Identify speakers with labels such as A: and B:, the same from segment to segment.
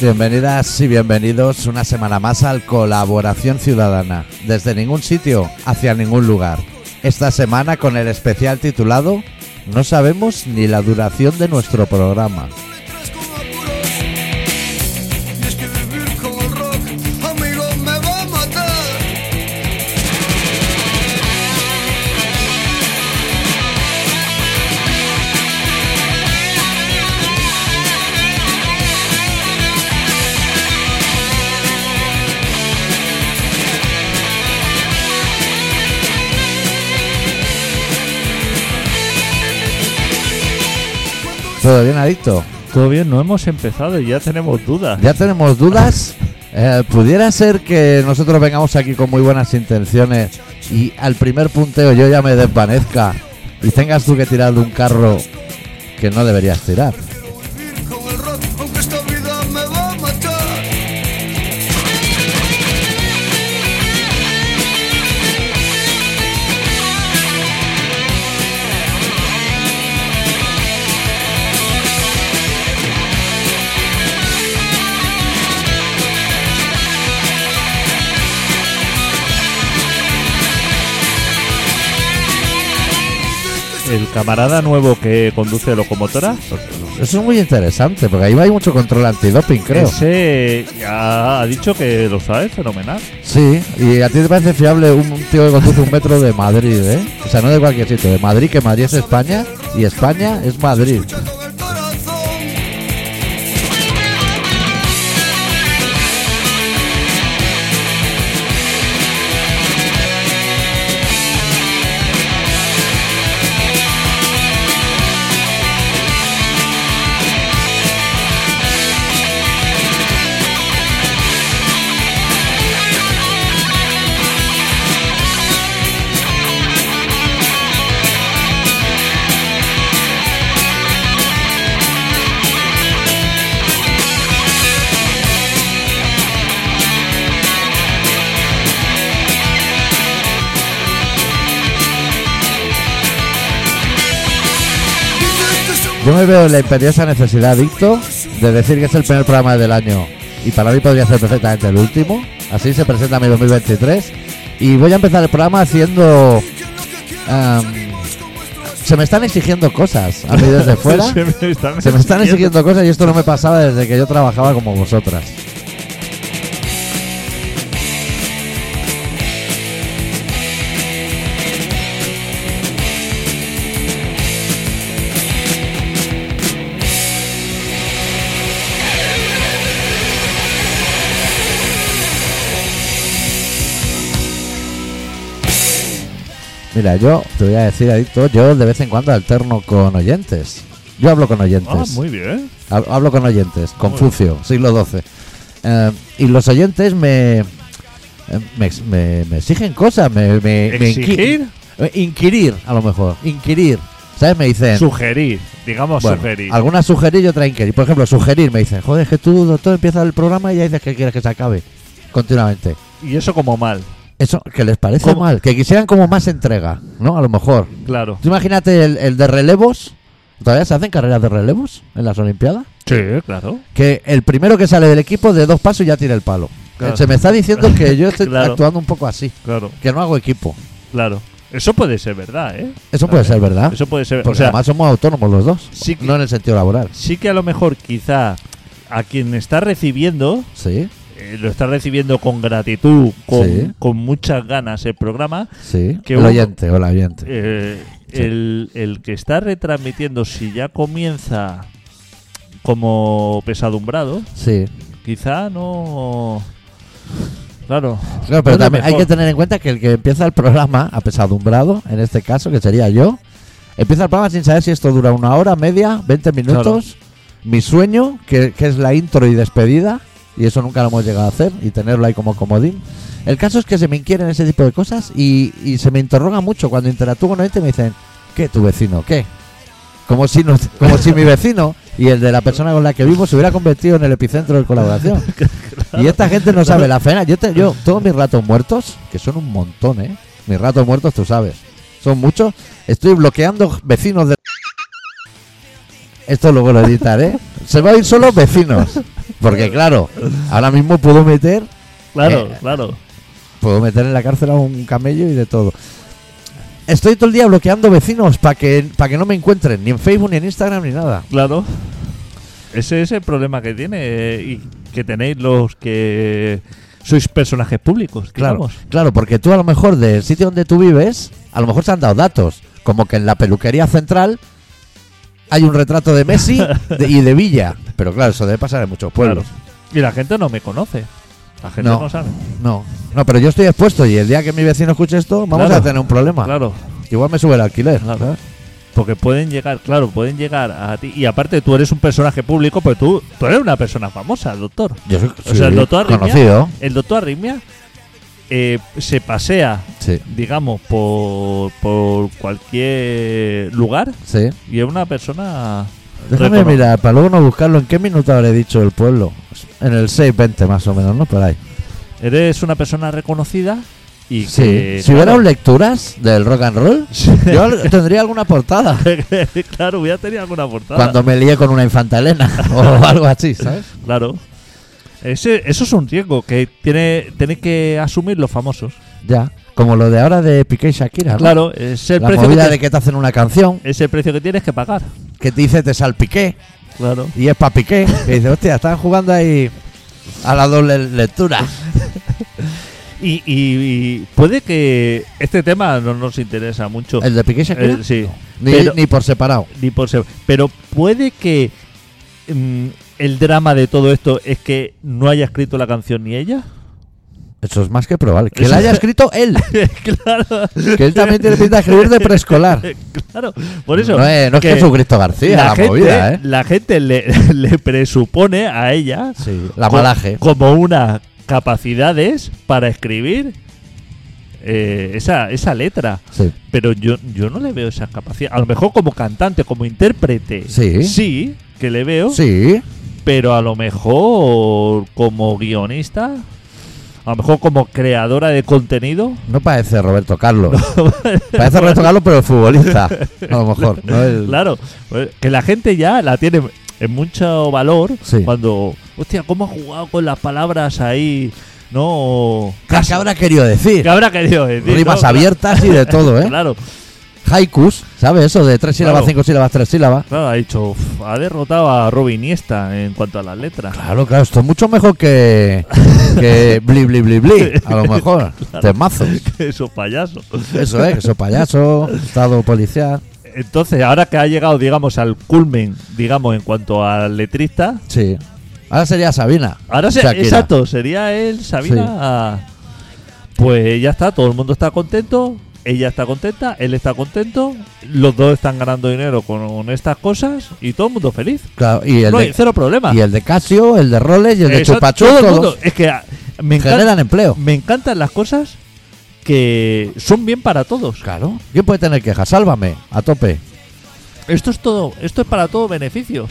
A: bienvenidas y bienvenidos una semana más al Colaboración Ciudadana, desde ningún sitio hacia ningún lugar. Esta semana con el especial titulado No sabemos ni la duración de nuestro programa.
B: letras como apuros. Y es que vivir como el rock, amigo, me va a matar.
A: ¿Todo bien, Adicto?
C: Todo bien, no hemos empezado y ya tenemos dudas.
A: Ya tenemos dudas. Eh, pudiera ser que nosotros vengamos aquí con muy buenas intenciones y al primer punteo yo ya me desvanezca y tengas tú que tirar de un carro que no deberías tirar.
B: Quiero vivir con el rock, aunque esta vida me va a matar.
C: El camarada nuevo que conduce locomotora,
A: Eso es muy interesante porque ahí hay mucho control antidoping, creo.
C: ese ya ha dicho que lo sabe fenomenal.
A: Sí, y a ti te parece fiable un tío que conduce un metro de Madrid, ¿eh? O sea, no de cualquier sitio, de Madrid, que Madrid es España y España es Madrid.
B: Lucha con el corazón. Dices que somos
A: Yo me veo en la imperiosa necesidad, adicto, de decir que es el primer programa del año y para mí podría ser perfectamente el último. Así se presenta mi 2023 y voy a empezar el programa haciendo... am, se me están exigiendo cosas a mí desde fuera.
C: Se me están,
A: Se me están exigiendo cosas y esto no me pasaba desde que yo trabajaba como vosotras. Mira, yo te voy a decir, Adicto, yo de vez en cuando alterno con oyentes. Yo hablo con oyentes.
C: Ah, muy bien.
A: Hab- Hablo con oyentes,
C: Muy
A: Confucio, siglo XII. Eh, y los oyentes me, eh, me, ex- me- me exigen cosas, me, me- me inqui-
C: ¿Exigir?
A: eh, inquirir, a lo mejor, inquirir. ¿Sabes? Me dicen...
C: Sugerir, digamos
A: bueno,
C: sugerir.
A: Algunas sugerir y otras inquirir. Por ejemplo, sugerir, me dicen, joder, es que tú, doctor, empiezas el programa y ya dices que quieres que se acabe continuamente.
C: Y eso como mal,
A: Eso, que les parece
C: ¿Cómo?
A: mal, que quisieran como más entrega, ¿no? A lo mejor.
C: claro.
A: Tú imagínate el, el de relevos. ¿Todavía se hacen carreras de relevos en las Olimpiadas?
C: Sí, claro.
A: que el primero que sale del equipo de dos pasos ya tira el palo. Eh,
C: Claro.
A: Se me está diciendo que yo estoy
C: Claro.
A: actuando un poco así,
C: Claro,
A: que no hago equipo.
C: claro. Eso puede ser verdad, ¿eh?
A: Eso puede ser verdad,
C: Eso puede ser.
A: Ah, porque
C: O sea,
A: además somos autónomos los dos,
C: sí que-
A: no en el sentido laboral.
C: sí que a lo mejor quizá a quien está recibiendo
A: Sí,
C: eh, lo está recibiendo con gratitud, con,
A: Sí.
C: con muchas ganas el programa.
A: sí.
C: Que
A: el
C: uno-
A: oyente, hola oyente.
C: Eh, el, el que está retransmitiendo, si ya comienza como pesadumbrado,
A: Sí.
C: quizá no. Claro.
A: Claro, pero
C: no es lo
A: también hay que
C: mejor.
A: tener en cuenta que el que empieza el programa apesadumbrado, en este caso, que sería yo, empieza el programa sin saber si esto dura una hora, media, 20 minutos. Mi sueño, que, que es la intro y despedida, y eso nunca lo hemos llegado a hacer, y tenerlo ahí como comodín. El caso es que se me inquieren ese tipo de cosas y, y se me interroga mucho cuando interactúo con gente y me dicen, ¿qué tu vecino? ¿Qué? Como si, nos- como si mi vecino y el de la persona con la que vivo se hubiera convertido en el epicentro de colaboración. Y esta gente no sabe la pena. Yo, te- yo todos mis ratos muertos, que son un montón, ¿eh? Mis ratos muertos, tú sabes. Son muchos. Estoy bloqueando vecinos de... Esto luego lo editaré. Se va a ir solo vecinos. Porque claro, ahora mismo puedo meter,
C: Claro,
A: Eh.
C: claro.
A: puedo meter en la cárcel a un camello y de todo. Estoy todo el día bloqueando vecinos para que, para que no me encuentren, ni en Facebook, ni en Instagram, ni nada.
C: Claro. Ese es el problema que tiene eh, y que tenéis los que sois personajes públicos,
A: Claro,
C: digamos.
A: claro, porque tú a lo mejor del sitio donde tú vives, a lo mejor te han dado datos, como que en la peluquería central hay un retrato de Messi de- y de Villa, pero claro, eso debe pasar en muchos pueblos.
C: Claro. Y la gente no me conoce. La gente
A: Pues No.
C: no, sabe.
A: No, no, pero yo estoy expuesto y el día que mi vecino escuche esto, vamos
C: Claro.
A: a tener un problema.
C: Claro.
A: Igual me sube el alquiler.
C: Claro.
A: ¿sabes?
C: Porque pueden llegar, claro, pueden llegar a ti. Y aparte tú eres un personaje público, pues tú, tú eres una persona famosa, doctor.
A: Yo soy
C: O sea, el
A: sí,
C: doctor Arritmia-
A: conocido.
C: El doctor Arritmia eh, se pasea,
A: Sí,
C: digamos, por, por cualquier lugar
A: sí.
C: y es una persona...
A: Déjame
C: recono-
A: mirar, para luego no buscarlo, ¿en qué minuto habré dicho el pueblo? En el 6.20 más o menos, ¿no? Por ahí.
C: Eres una persona reconocida y
A: Sí.
C: que...
A: si hubiera un lecturas del rock and roll, yo al- tendría alguna portada.
C: un... claro, hubiera tenido alguna portada.
A: Cuando me lié con una infanta Elena o algo así, ¿sabes?
C: Claro. Ese, eso es un riesgo que tiene, tiene que asumir los famosos.
A: Ya. Como lo de ahora de Piqué y Shakira, ¿no?
C: Claro, es el
A: La
C: precio que
A: movida
C: te-
A: de que te hacen una canción
C: es el precio que tienes que pagar.
A: que te dice te salpiqué
C: Claro.
A: y es pa' Piqué. Y dices, hostia, están jugando ahí a la doble lectura.
C: Y, y- y puede que este tema no nos interesa mucho.
A: ¿El de Piqué y Shakira?
C: Eh, sí.
A: Ni,
C: Pero,
A: ni por separado.
C: ni por ser- pero puede que mm, el drama de todo esto es que no haya escrito la canción ni ella.
A: Eso es más que probable. Que
C: Eso-
A: la haya escrito él.
C: claro.
A: Que él también tiene pinta de escribir de preescolar.
C: Claro. Por eso.
A: no es, no es que, Jesucristo García, la,
C: gente,
A: movida, ¿eh?
C: la gente le, le presupone a ella
A: Sí, la
C: co-
A: malaje.
C: como unas capacidades para escribir eh, esa, esa letra.
A: Sí.
C: Pero yo, yo no le veo esas capacidades. A lo mejor como cantante, como intérprete,
A: Sí.
C: sí que le veo,
A: Sí.
C: pero a lo mejor como guionista, a lo mejor como creadora de contenido.
A: No parece Roberto Carlos. Parece Roberto Carlos, pero el futbolista. A lo mejor. ¿no? El-
C: Claro, pues, que la gente ya la tiene en mucho valor
A: Sí.
C: cuando, hostia, ¿cómo ha jugado con las palabras ahí? No,
A: ¿Qué qué habrá querido decir?
C: ¿Qué habrá querido decir?
A: Rimas
C: no?
A: abiertas y de todo, ¿eh?
C: Claro,
A: Haikus, ¿sabes? Eso de tres sílabas,
C: Claro.
A: cinco sílabas, tres sílabas.
C: claro, ha dicho, "Uf, ha derrotado a Robin Iniesta en cuanto a las letras.
A: Claro, claro, esto es mucho mejor que. que bli, bli, bli, bli. A lo mejor. Temazos.
C: Eso payaso.
A: Eso es, que soy payaso, estado policial.
C: Entonces, ahora que ha llegado, digamos, al culmen, digamos, en cuanto al letrista,
A: Sí. Ahora sería Sabina.
C: ahora se,
A: Shakira.
C: exacto, sería él, Sabina. Pues ya está, todo el mundo está contento, ella está contenta, él está contento, los dos están ganando dinero con estas cosas y todo el mundo feliz.
A: Claro, y el
C: no
A: de,
C: hay cero problema.
A: y el de Casio, el de Roles y el de
C: Exacto,
A: Chupachú,
C: todo el
A: todos
C: mundo. Es que ah, me encanta.
A: generan empleo.
C: Me encantan las cosas que son bien para todos.
A: Claro. ¿Quién puede tener quejas? Sálvame, a tope.
C: Esto es todo, esto es para todos beneficios.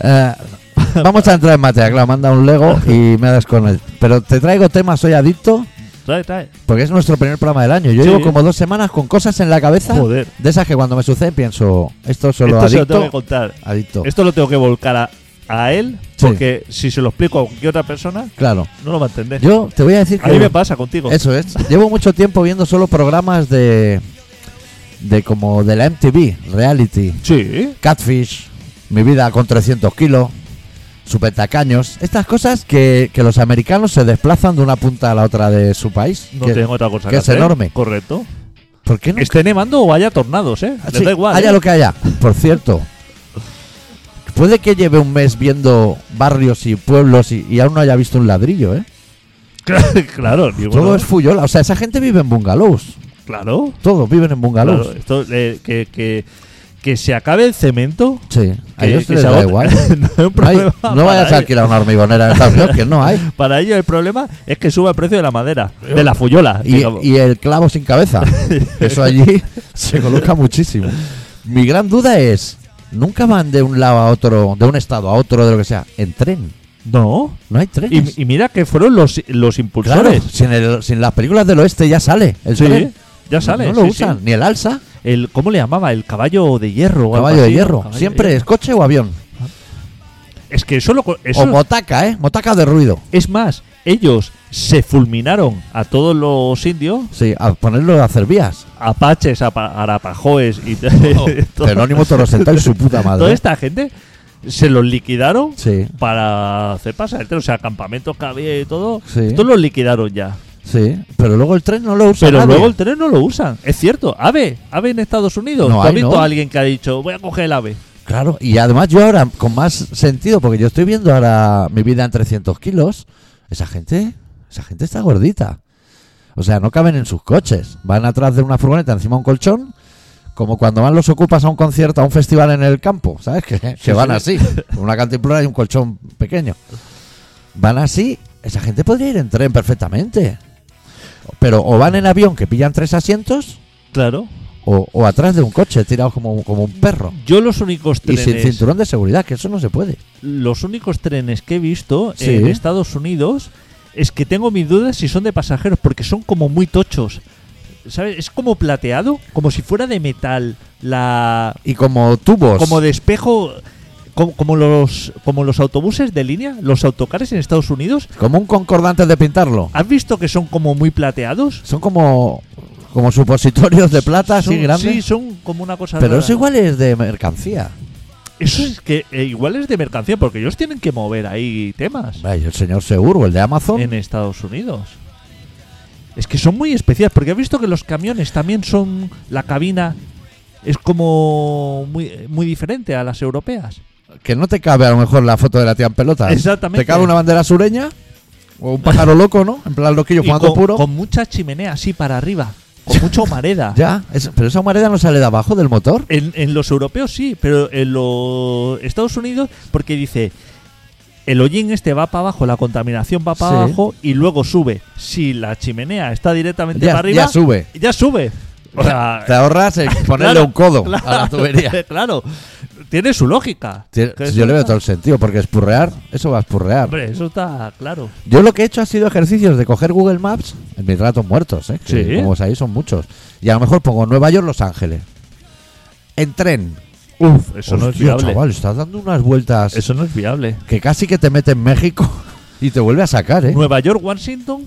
A: Eh, vamos a entrar en materia, claro, manda un Lego y me das con él. Pero te traigo temas, soy adicto,
C: Trae, trae.
A: porque es nuestro primer programa del año. Yo
C: Sí.
A: llevo como dos semanas con cosas en la cabeza
C: Joder.
A: de esas que cuando me suceden pienso, esto solo
C: Esto se lo tengo que
A: adicto.
C: contar.
A: adicto.
C: Esto lo tengo que volcar a, a él,
A: Sí.
C: porque si se lo explico a cualquier otra persona,
A: Claro.
C: no lo va a entender.
A: Yo te voy a decir
C: a
A: que.
C: mí me pasa contigo.
A: Eso es. Llevo mucho tiempo viendo solo programas de. de como de la MTV, reality.
C: Sí.
A: Catfish, Mi vida con 300 kilos, Super tacaños. Estas cosas que, que los americanos se desplazan de una punta a la otra de su país.
C: No
A: que-
C: tengo otra cosa
A: que
C: que,
A: es
C: hacer.
A: enorme.
C: Correcto.
A: ¿Por qué no?
C: Esté nevando o haya tornados, ¿eh?
A: Ah,
C: Les
A: sí,
C: da igual.
A: Haya
C: ¿eh?
A: lo que haya. Por cierto, puede que lleve un mes viendo barrios y pueblos y, y aún no haya visto un ladrillo, ¿eh?
C: claro, digo,
A: Todo
C: no.
A: es fuyola. O sea, esa gente vive en bungalows.
C: claro.
A: Todos viven en bungalows.
C: claro, esto, eh, que, que, que se acabe el cemento.
A: Sí, a
C: que-
A: ellos
C: que
A: les
C: se
A: da
C: agote.
A: igual. No, hay-
C: no hay un problema.
A: no
C: para
A: vayas a
C: ellos.
A: alquilar una hormigonera en Estados Unidos, que no hay.
C: Para ellos el problema es que sube el precio de la madera, de la fuyola.
A: Y,
C: digamos.
A: y el clavo sin cabeza. Eso allí se coloca muchísimo. Mi gran duda es, nunca van de un lado a otro, de un estado a otro, de lo que sea, en tren.
C: no.
A: No hay trenes.
C: Y, y mira que fueron los, los
A: claro,
C: impulsores.
A: si en, el- si en las películas del oeste ya sale el
C: Sí,
A: tren.
C: ya sale.
A: No, lo
C: sí,
A: usan,
C: sí.
A: ni el alza,
C: El, ¿Cómo le llamaba? El caballo de hierro. o algo
A: caballo de
C: así, ¿no?
A: hierro.
C: Caballo
A: Siempre
C: de
A: es coche o avión.
C: hierro. Es que solo con- eso
A: O motaca, ¿eh? Motaca de ruido.
C: es más, ellos se fulminaron a todos los indios,
A: Sí, a ponerlo a hacer vías.
C: apaches, apa- arapajoes y t- todo- este?
A: Jerónimo Torosental y su puta madre.
C: toda esta gente se los liquidaron
A: Sí,
C: para hacer pasar el tren, o sea, campamentos que había y todo,
A: Sí.
C: estos los liquidaron ya.
A: sí. Pero luego el tren no lo usa
C: Pero
A: nadie.
C: luego el tren no lo usan, es cierto. Ave, ave en Estados Unidos.
A: No
C: ¿Tú has
A: hay,
C: visto
A: ¿no?
C: a alguien que ha dicho, voy a coger el ave?
A: Claro, y además yo ahora con más sentido, porque yo estoy viendo ahora mi vida en 300 kilos, esa gente, esa gente está gordita. O sea, no caben en sus coches. Van atrás de una furgoneta encima de un colchón, como cuando van los ocupas a un concierto, a un festival en el campo, ¿sabes? Que, que
C: Sí,
A: van
C: sí.
A: así, con una cantimplora y un colchón pequeño. Van así, esa gente podría ir en tren perfectamente. Pero o van en avión que pillan tres asientos,
C: Claro.
A: o, o atrás de un coche tirados como, como un perro.
C: Yo los únicos
A: Y
C: trenes,
A: sin cinturón de seguridad, que eso no se puede.
C: los únicos trenes que he visto
A: Sí.
C: en Estados Unidos es que tengo mis dudas si son de pasajeros porque son como muy tochos. ¿Sabes? Es como plateado, como si fuera de metal, la
A: Y como tubos.
C: como de espejo como, como los como los autobuses de línea, los autocares en Estados Unidos.
A: como un concordante de pintarlo.
C: ¿Has visto que son como muy plateados?
A: Son como, como supositorios de plata así
C: Son-
A: grandes.
C: Sí, son como una cosa
A: pero
C: rara.
A: eso igual es de mercancía.
C: Eso es que eh, igual es de mercancía, porque ellos tienen que mover ahí temas
A: Vaya, el señor Seguro, el de Amazon.
C: en Estados Unidos. Es que son muy especiales, porque has visto que los camiones también son. La cabina es como muy, muy diferente a las europeas.
A: Que no te cabe a lo mejor la foto de la tía en pelotas.
C: Exactamente.
A: Te cabe una bandera sureña. O un pájaro loco, ¿no? En plan loquillo
C: Y
A: jugando
C: con,
A: puro.
C: con mucha chimenea así para arriba, con mucha humareda.
A: Ya, es- pero esa humareda no sale de abajo del motor.
C: En, en los europeos sí, pero en los Estados Unidos, porque dice, el hollín este va para abajo, la contaminación va
A: Sí.
C: para abajo y luego sube. Si la chimenea está directamente
A: Ya,
C: para arriba,
A: ya sube.
C: ya sube. O sea,
A: Te ahorras el ponerle
C: claro,
A: un codo
C: claro,
A: a la tubería.
C: claro, tiene su lógica.
A: Tiene-
C: Que eso
A: Yo le veo
C: está-
A: todo el sentido, porque espurrear, eso va a espurrear.
C: Hombre, eso está claro.
A: Yo lo que he hecho ha sido ejercicios de coger Google Maps en mis ratos muertos, ¿eh? Que,
C: Sí.
A: Como sabéis, son muchos. Y a lo mejor pongo Nueva York, Los Ángeles. En tren.
C: Uf, eso no es
A: Hostia,
C: viable.
A: chaval, estás dando unas vueltas
C: Eso no es viable.
A: que casi que te mete en México y te vuelve a sacar, ¿eh?
C: Nueva York, Washington,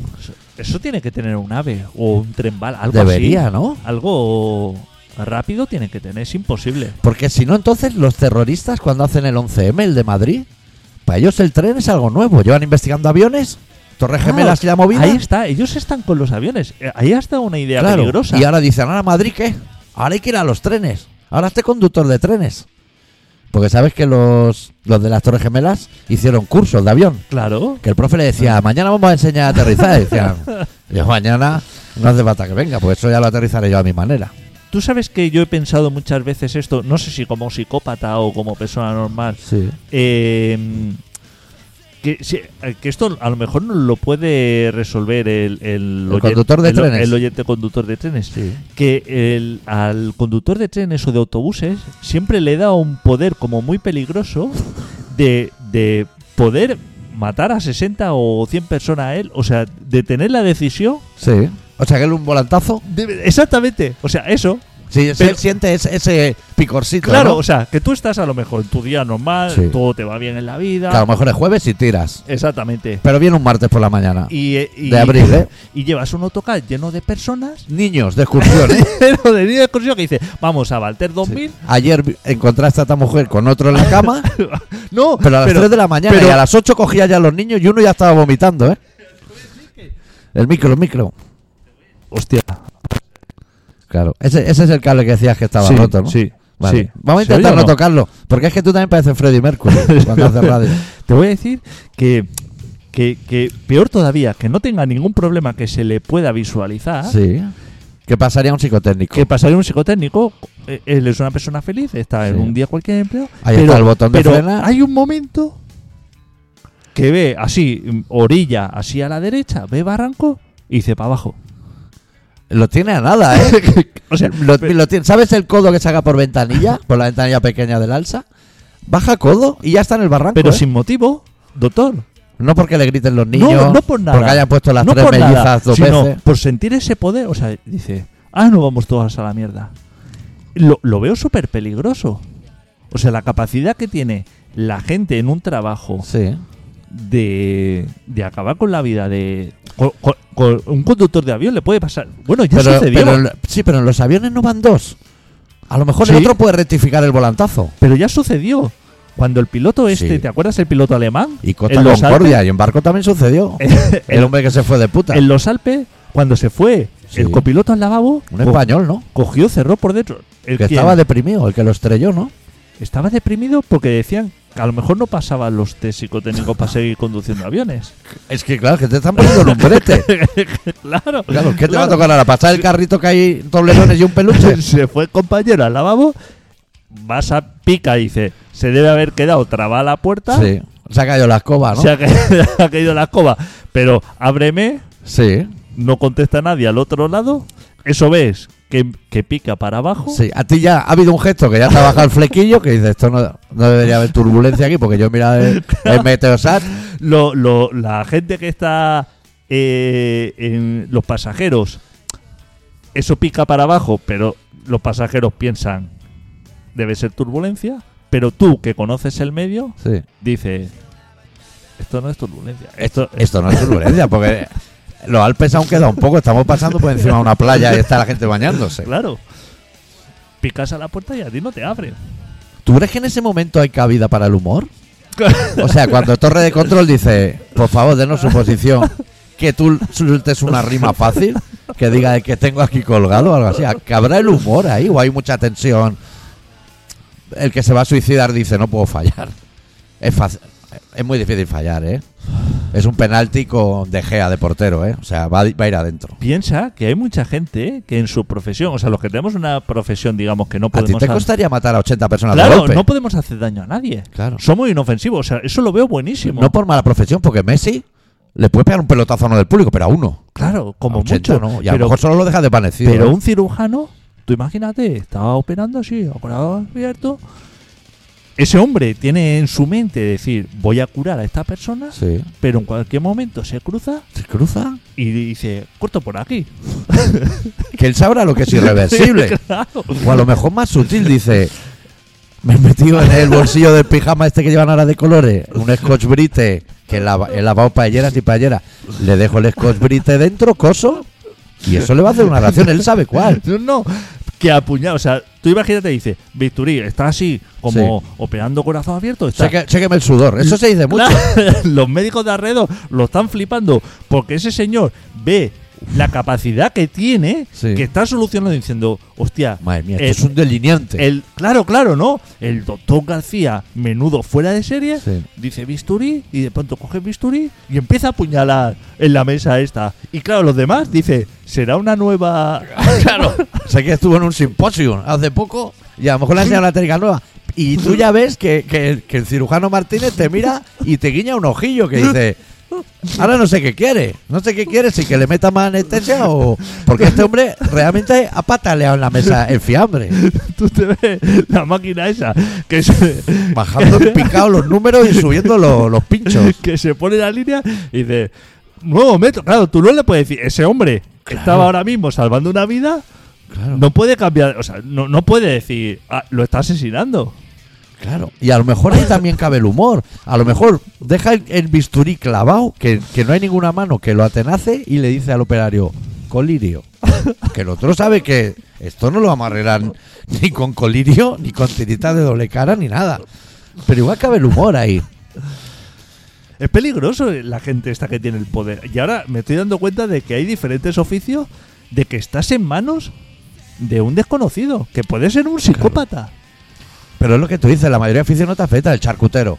C: eso tiene que tener un ave o un tren bala, algo
A: Debería,
C: así.
A: ¿no?
C: Algo rápido tiene que tener, es imposible.
A: Porque si no, entonces los terroristas cuando hacen el 11M, el de Madrid, para ellos el tren es algo nuevo. Llevan investigando aviones, Torres
C: Claro,
A: Gemelas y la movida.
C: Ah, Ahí está, ellos están con los aviones. Eh, Ahí está una idea
A: Claro,
C: peligrosa.
A: Y ahora dicen, ¿ahora Madrid qué? Ahora hay que ir a los trenes. Ahora este conductor de trenes. Porque sabes que los, los de las Torres Gemelas hicieron cursos de avión.
C: Claro.
A: Que el profe le
C: Ah.
A: decía, mañana vamos a enseñar a aterrizar. Y decían, yo mañana no hace falta que venga, pues eso ya lo aterrizaré yo a mi manera.
C: Tú sabes que yo he pensado muchas veces esto, no sé si como psicópata o como persona normal,
A: Sí.
C: eh, que, si- eh, que esto a lo mejor no lo puede resolver el, el,
A: El conductor de
C: el-
A: trenes.
C: el oyente conductor de trenes. Que el- al conductor de trenes o de autobuses siempre le da un poder como muy peligroso de, de poder matar a 60 o 100 personas a él. O sea, de tener la decisión.
A: Sí. O sea, que él un volantazo.
C: de- exactamente. O sea, eso.
A: Sí, si
C: Pero-
A: él siente ese, ese picorcito.
C: Claro,
A: ¿no?
C: o sea, que tú estás a lo mejor en tu día normal,
A: Sí.
C: todo te va bien en la vida.
A: Que a lo mejor es jueves y tiras.
C: Exactamente.
A: Pero viene un martes por la mañana.
C: y, eh, y-
A: De abril, ¿eh?
C: y llevas un autocar lleno de personas,
A: Niños de excursión, ¿eh?
C: pero de niños de excursión que dice, vamos a Valter 2000.
A: Ayer vi- encontraste a esta mujer con otro en la cama.
C: No,
A: Pero a las 3 de la mañana
C: pero-
A: y a las 8 cogía ya a los niños y uno ya estaba vomitando, ¿eh? El micro, el micro.
C: Hostia,
A: Claro. Ese, ese es el cable que decías que estaba
C: Sí,
A: roto, ¿no?
C: sí,
A: Vale.
C: sí.
A: Vamos a
C: ¿Se oye
A: intentar
C: o
A: no?
C: no?
A: tocarlo. Porque es que tú también pareces Freddy Mercury cuando haces radio.
C: te voy a decir que, que, que peor todavía, que no tenga ningún problema que se le pueda visualizar,
A: Sí. Que pasaría un psicotécnico.
C: ¿Ah? que pasaría un psicotécnico, eh, él es una persona feliz, está en
A: Sí.
C: un día cualquier empleo,
A: Ahí está el botón de
C: pero
A: frena.
C: hay un momento que ve así, mm, orilla, así a la derecha, ve barranco y dice para abajo.
A: Lo tiene a nada, ¿eh?
C: O sea,
A: Lo-
C: pe-
A: lo tiene- ¿Sabes el codo que saca por ventanilla? Por la ventanilla pequeña del alza. Baja codo y ya está en el barranco.
C: pero
A: ¿eh?
C: sin motivo, doctor.
A: No porque le griten los niños.
C: no, no por nada.
A: Porque hayan puesto las
C: no
A: tres
C: por nada,
A: mellizas dos
C: sino
A: veces.
C: Por sentir ese poder, o sea, dice, ah, no vamos todas a la mierda. Lo, lo veo súper peligroso. O sea, la capacidad que tiene la gente en un trabajo
A: Sí.
C: de, de acabar con la vida de. con- con- con un conductor de avión le puede pasar. Bueno, ya
A: Pero,
C: sucedió.
A: pero en- sí, pero en los aviones no van dos. A lo mejor el
C: Sí.
A: otro puede rectificar el volantazo.
C: Pero ya sucedió. Cuando el piloto este,
A: Sí.
C: ¿te acuerdas el piloto alemán?
A: Y
C: En
A: Costa
C: los
A: Concordia, y en barco también sucedió.
C: Alpes-
A: el hombre que se fue de puta.
C: en los Alpes, cuando se fue
A: Sí.
C: el copiloto al lavabo,
A: un
C: co-
A: español, ¿no?
C: cogió, cerró por dentro. El
A: Que
C: quien
A: estaba deprimido, el que lo estrelló, ¿no?
C: estaba deprimido porque decían que a lo mejor no pasaban los test psicotécnicos para seguir conduciendo aviones.
A: Es que claro, que te están poniendo en un brete.
C: claro.
A: Claro, ¿qué te va a
C: claro.
A: tocar ahora? ¿Pasar el carrito que hay doblerones y un peluche?
C: se fue el compañero al lavabo, vas a pica, dice, se debe haber quedado trabada la puerta,
A: Sí. Se ha caído la escoba, ¿no?
C: se ha, ca- ha caído la escoba, pero ábreme,
A: Sí.
C: no contesta nadie al otro lado, eso ves, que, que pica para abajo,
A: Sí. A ti ya ha habido un gesto que ya te ha bajado el flequillo que dices, esto no, no debería haber turbulencia aquí porque yo mira el, el Meteosat.
C: lo, lo- la gente que está eh, en los pasajeros, eso pica para abajo, pero los pasajeros piensan, debe ser turbulencia, pero tú que conoces el medio,
A: Sí.
C: dice esto no es turbulencia
A: Esto, esto no es turbulencia porque los Alpes aún queda un poco. Estamos pasando por encima de una playa y está la gente bañándose.
C: claro picas a la puerta y a ti no te abre
A: ¿Tú crees que en ese momento hay cabida para el humor? O sea, cuando Torre de Control dice, por favor, denos su posición, que tú sueltes una rima fácil, que diga el que tengo aquí colgado o algo así. ¿Cabrá el humor ahí o hay mucha tensión? El que se va a suicidar dice, no puedo fallar. Es, fácil- es muy difícil fallar, ¿eh? Es un penalti con De Gea de portero, ¿eh? O sea, va, a- va a ir adentro.
C: piensa que hay mucha gente que en su profesión o sea los que tenemos una profesión digamos que no
A: ¿A ti
C: podemos
A: te
C: ha-
A: costaría matar a 80 personas de
C: claro
A: golpe?
C: no podemos hacer daño a nadie
A: Claro.
C: somos inofensivos o sea eso lo veo buenísimo
A: No por mala profesión, porque Messi le puede pegar un pelotazo a uno del público, pero a uno.
C: claro
A: A
C: como
A: 80
C: mucho
A: no. Y a lo
C: pero,
A: mejor solo lo dejas desvanecido.
C: pero
A: ¿eh?
C: un cirujano tú imagínate estaba operando así a corazón abierto ese hombre tiene en su mente decir voy a curar a esta persona
A: Sí.
C: pero en cualquier momento se cruza
A: ¿Se cruza?
C: y dice, corto por aquí.
A: Que él sabrá lo que es irreversible.
C: claro.
A: O a lo mejor más sutil, dice. Me he metido en el bolsillo del pijama este que llevan ahora de colores. Un scotch brite. Que lava- he lavado paelleras y paelleras. Le dejo el scotch brite dentro, coso. Y eso le va a hacer una ración. Él sabe cuál.
C: No, no, que apuñado. O sea, tú imagínate, dice, Victory, está así, como operando corazón abierto. Está.
A: Cheque- Chéqueme el sudor. Eso se dice mucho.
C: La- los médicos de alrededor lo están flipando porque ese señor ve la capacidad que tiene,
A: Sí.
C: que está solucionando diciendo, hostia,
A: Madre mía, esto
C: el-
A: es un delineante.
C: El, claro, claro, ¿no? El doctor García, menudo fuera de serie,
A: Sí.
C: dice bisturí y de pronto coge el bisturí y empieza a apuñalar en la mesa esta. Y claro, los demás dice, será una nueva...
A: Claro. Sé que estuvo en un simposio hace poco y a lo mejor le han enseñado una técnica nueva. Y tú ya ves que, que- que el cirujano Martínez te mira y te guiña un ojillo que dice. Ahora no sé qué quiere. No sé qué quiere, si que le meta más anestesia o. Porque este hombre realmente ha pataleado en la mesa en fiambre,
C: Tú te ves la máquina esa que se,
A: bajando en picado los números y subiendo lo- los pinchos.
C: que se pone la línea y dice, nuevo método. Claro, tú no le puedes decir, ese hombre que estaba ahora mismo salvando una vida,
A: Claro.
C: no puede cambiar, o sea, no, no puede decir, "Ah, lo está asesinando.
A: Claro. Y a lo mejor ahí también cabe el humor. A lo mejor deja el, el bisturí clavado, que, que no hay ninguna mano que lo atenace y le dice al operario, colirio. Que el otro sabe que esto no lo vamos a arreglar ni con colirio, ni con tirita de doble cara, ni nada. Pero igual cabe el humor ahí.
C: Es peligroso la gente esta que tiene el poder. Y ahora me estoy dando cuenta de que hay diferentes oficios de que estás en manos de un desconocido, que puede ser un psicópata.
A: Pero es lo que tú dices, la mayoría de afición no te afecta, el charcutero.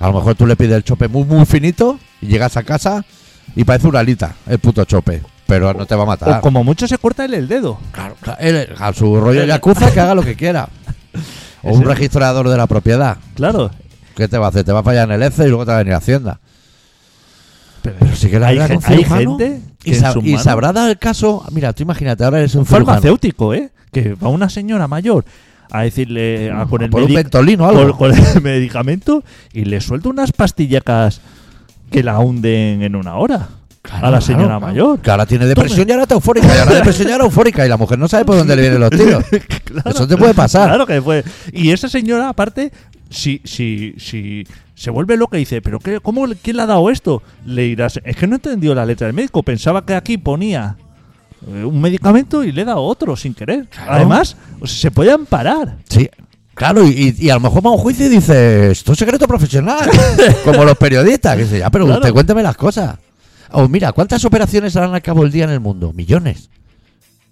A: A lo mejor tú le pides el chope muy, muy finito y llegas a casa y parece una alita el puto chope. Pero no te va a matar.
C: O como mucho se corta él el dedo.
A: Claro, claro, él, eh, a su rollo yakuza que haga lo que quiera. O un
C: Ese-
A: registrador de la propiedad.
C: Claro.
A: ¿Qué te va a hacer? Te va a fallar en el ECE y luego te va a venir a Hacienda.
C: Pero,
A: Pero sí que la
C: hay,
A: verdad
C: gen-
A: que un
C: hay
A: cirujano-
C: gente que
A: Y,
C: en
A: sab-
C: sus
A: y
C: manos-
A: sabrá dado el caso. Mira, tú imagínate, ahora eres un
C: un
A: cirujano.
C: farmacéutico, ¿eh? Que va una señora mayor a decirle a- con el
A: Por un
C: medic-
A: ventolino o
C: con,
A: algo.
C: con el medicamento y le suelta unas pastillacas que la hunden en una hora
A: Claro,
C: a la
A: claro,
C: señora
A: claro.
C: mayor.
A: Que ahora tiene depresión y ahora está eufórica. Y ahora depresión y ahora eufórica. Y la mujer no sabe por dónde le vienen los tiros. Eso te puede pasar.
C: Claro que fue. Y esa señora, aparte, si, si, si se vuelve loca y dice, ¿pero qué, cómo, le- quién le ha dado esto? Le dirás, es que no entendió la letra del médico, pensaba que aquí ponía eh, un medicamento y le he dado otro sin querer. Además, o sea, se puede amparar.
A: Sí. Claro, y, y a lo mejor va a un juicio y dice, esto es secreto profesional, como los periodistas, que dice, ya, pero
C: Claro.
A: usted cuénteme las cosas. O mira, ¿cuántas operaciones harán al cabo el día en el mundo? Millones.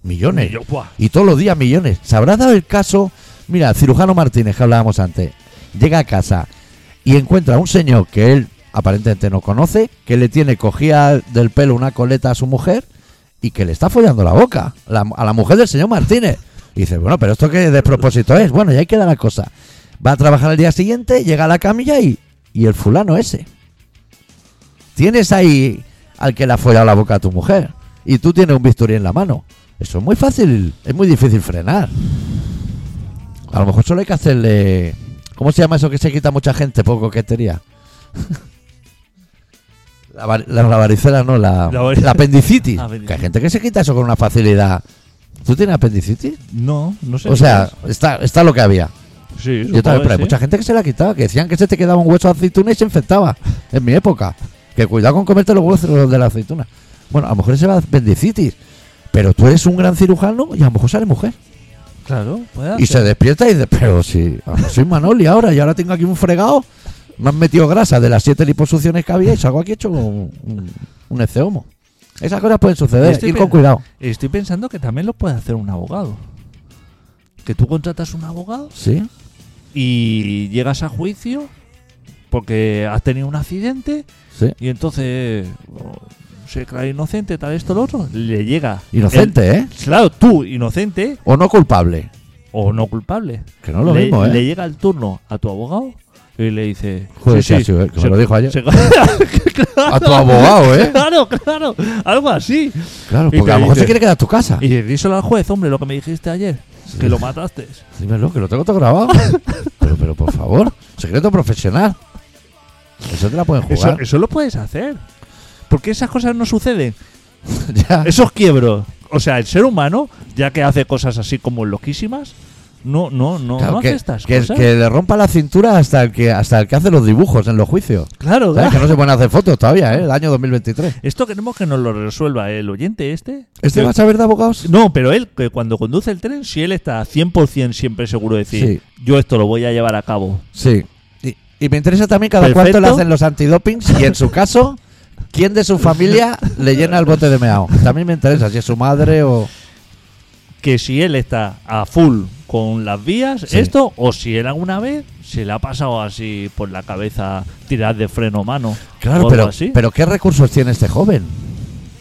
A: Millones.
C: Y yo, ¡buah!
A: Y todos los días millones. ¿Se habrá dado el caso? Mira, el cirujano Martínez, que hablábamos antes, llega a casa y encuentra a un señor que él aparentemente no conoce, que le tiene cogida del pelo una coleta a su mujer y que le está follando la boca la- a la mujer del señor Martínez. Y dice, bueno, pero esto qué despropósito es. Bueno, y ahí queda la cosa. Va a trabajar al día siguiente, llega a la camilla y, y el fulano ese. Tienes ahí al que le ha follado la boca a tu mujer y tú tienes un bisturí en la mano. Eso es muy fácil, es muy difícil frenar. A lo mejor solo hay que hacerle... ¿Cómo se llama eso que se quita mucha gente por coquetería? La, var- la- la varicela no, la,
C: La varicela. Ah,
A: la apendicitis.
C: Apendicitis.
A: Que hay gente que se quita eso con una facilidad. ¿Tú tienes apendicitis?
C: No, no sé.
A: O sea, está, está lo que había.
C: Sí,
A: Yo también,
C: supongo que
A: pero hay
C: sí.
A: mucha gente que se la quitaba, que decían que se te quedaba un hueso de aceituna y se infectaba. En mi época. Que cuidado con comerte los huesos de la aceituna. Bueno, a lo mejor se va a apendicitis. Pero tú eres un gran cirujano y a lo mejor sale mujer.
C: Claro, puede
A: Y
C: hacer.
A: se despierta y dice, pero si a ver, soy Manoli ahora y ahora tengo aquí un fregado, me han metido grasa de las siete liposucciones que había y salgo aquí hecho un, un, un ecceomo. Esas cosas pueden suceder,
C: Estoy
A: ir con
C: pen-
A: cuidado.
C: Estoy pensando que también lo puede hacer un abogado. Que tú contratas un abogado
A: ¿Sí?
C: y llegas a juicio porque has tenido un accidente
A: Sí.
C: y entonces oh, se declara inocente, tal, esto, lo otro. Le llega.
A: Inocente, ¿eh?
C: el- claro, tú, inocente
A: O no culpable.
C: o no culpable.
A: Que no es lo
C: le,
A: mismo, ¿eh?
C: le llega el turno a tu abogado y le dice.
A: Joder, que
C: sí, sí,
A: ha sido él, que me
C: se-
A: lo dijo ayer.
C: se-
A: A tu abogado, ¿eh?
C: Claro, claro, algo así.
A: Claro,
C: Y
A: porque
C: te
A: a lo mejor
C: dice-
A: se quiere quedar a tu casa.
C: Y dice, díselo al juez, hombre, lo que me dijiste ayer, que lo mataste.
A: Dímelo, que lo tengo todo grabado. pero, pero por favor, secreto profesional. Eso te la pueden
C: Eso,
A: jugar.
C: eso lo puedes hacer. Porque esas cosas no suceden.
A: Ya.
C: Esos quiebros. O sea, el ser humano, ya que hace cosas así como loquísimas, no, no, no,
A: Claro,
C: no hace
A: que,
C: estas
A: que-
C: cosas.
A: que le rompa la cintura hasta el que hasta el que hace los dibujos en los juicios.
C: claro,
A: ¿Sabes?
C: claro.
A: Que no se pueden hacer fotos todavía, ¿eh? El año 2023.
C: Esto queremos que nos lo resuelva el oyente este.
A: ¿Este
C: Que-
A: va a saber de abogados?
C: No, pero él, que cuando conduce el tren, si él está 100% siempre seguro de decir, yo esto lo voy a llevar a cabo.
A: Sí. Y, y me interesa también cada
C: Perfecto.
A: cuánto le hacen los antidopings y en su caso, quién de su familia le llena el bote de meao. También me interesa si es su madre o.
C: que si él está a full con las vías,
A: Sí.
C: esto, o si él alguna vez se le ha pasado así por la cabeza tirar de freno mano. o
A: Claro,
C: algo
A: pero,
C: así.
A: pero ¿qué recursos tiene este joven?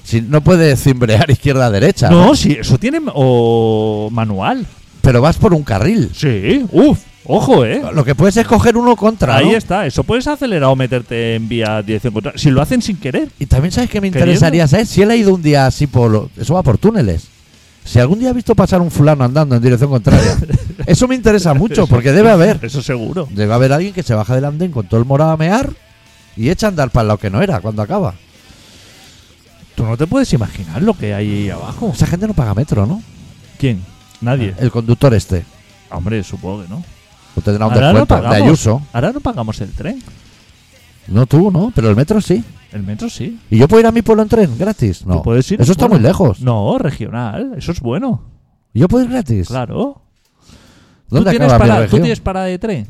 A: Si no puede cimbrear izquierda-derecha,
C: No, si eso tiene ma- o manual.
A: pero vas por un carril.
C: Sí, uff, ojo, eh.
A: Lo que puedes es coger uno contra,
C: Ahí
A: ¿no?
C: está, eso puedes acelerar o meterte en vía dirección contraria. Si lo hacen sin querer,
A: Y también sabes que me
C: Queriendo.
A: interesaría saber si él ha ido un día así por... lo- Eso va por túneles. Si algún día ha visto pasar un fulano andando en dirección contraria. eso me interesa mucho, porque debe haber...
C: eso seguro.
A: Debe haber alguien que se baja del andén con todo el morado a mear y echa a andar para el lado que no era cuando acaba.
C: Tú no te puedes imaginar lo que hay ahí abajo.
A: Esa gente no paga metro, ¿no?
C: ¿Quién? Nadie.
A: El conductor este.
C: Hombre, supongo que no.
A: O tendrá un
C: Ahora no
A: descuento de
C: pagamos.
A: Ayuso.
C: Ahora no pagamos el tren.
A: No tú, ¿no? Pero el metro sí.
C: El metro sí.
A: ¿Y yo puedo ir a mi pueblo en tren gratis? No.
C: Tú puedes ir,
A: Eso está
C: bueno.
A: muy lejos.
C: No, regional. Eso es bueno.
A: ¿Yo puedo ir gratis?
C: Claro. ¿Tú,
A: ¿Dónde
C: tienes
A: acaba mi
C: parada, ¿Tú
A: región?
C: tienes parada de tren?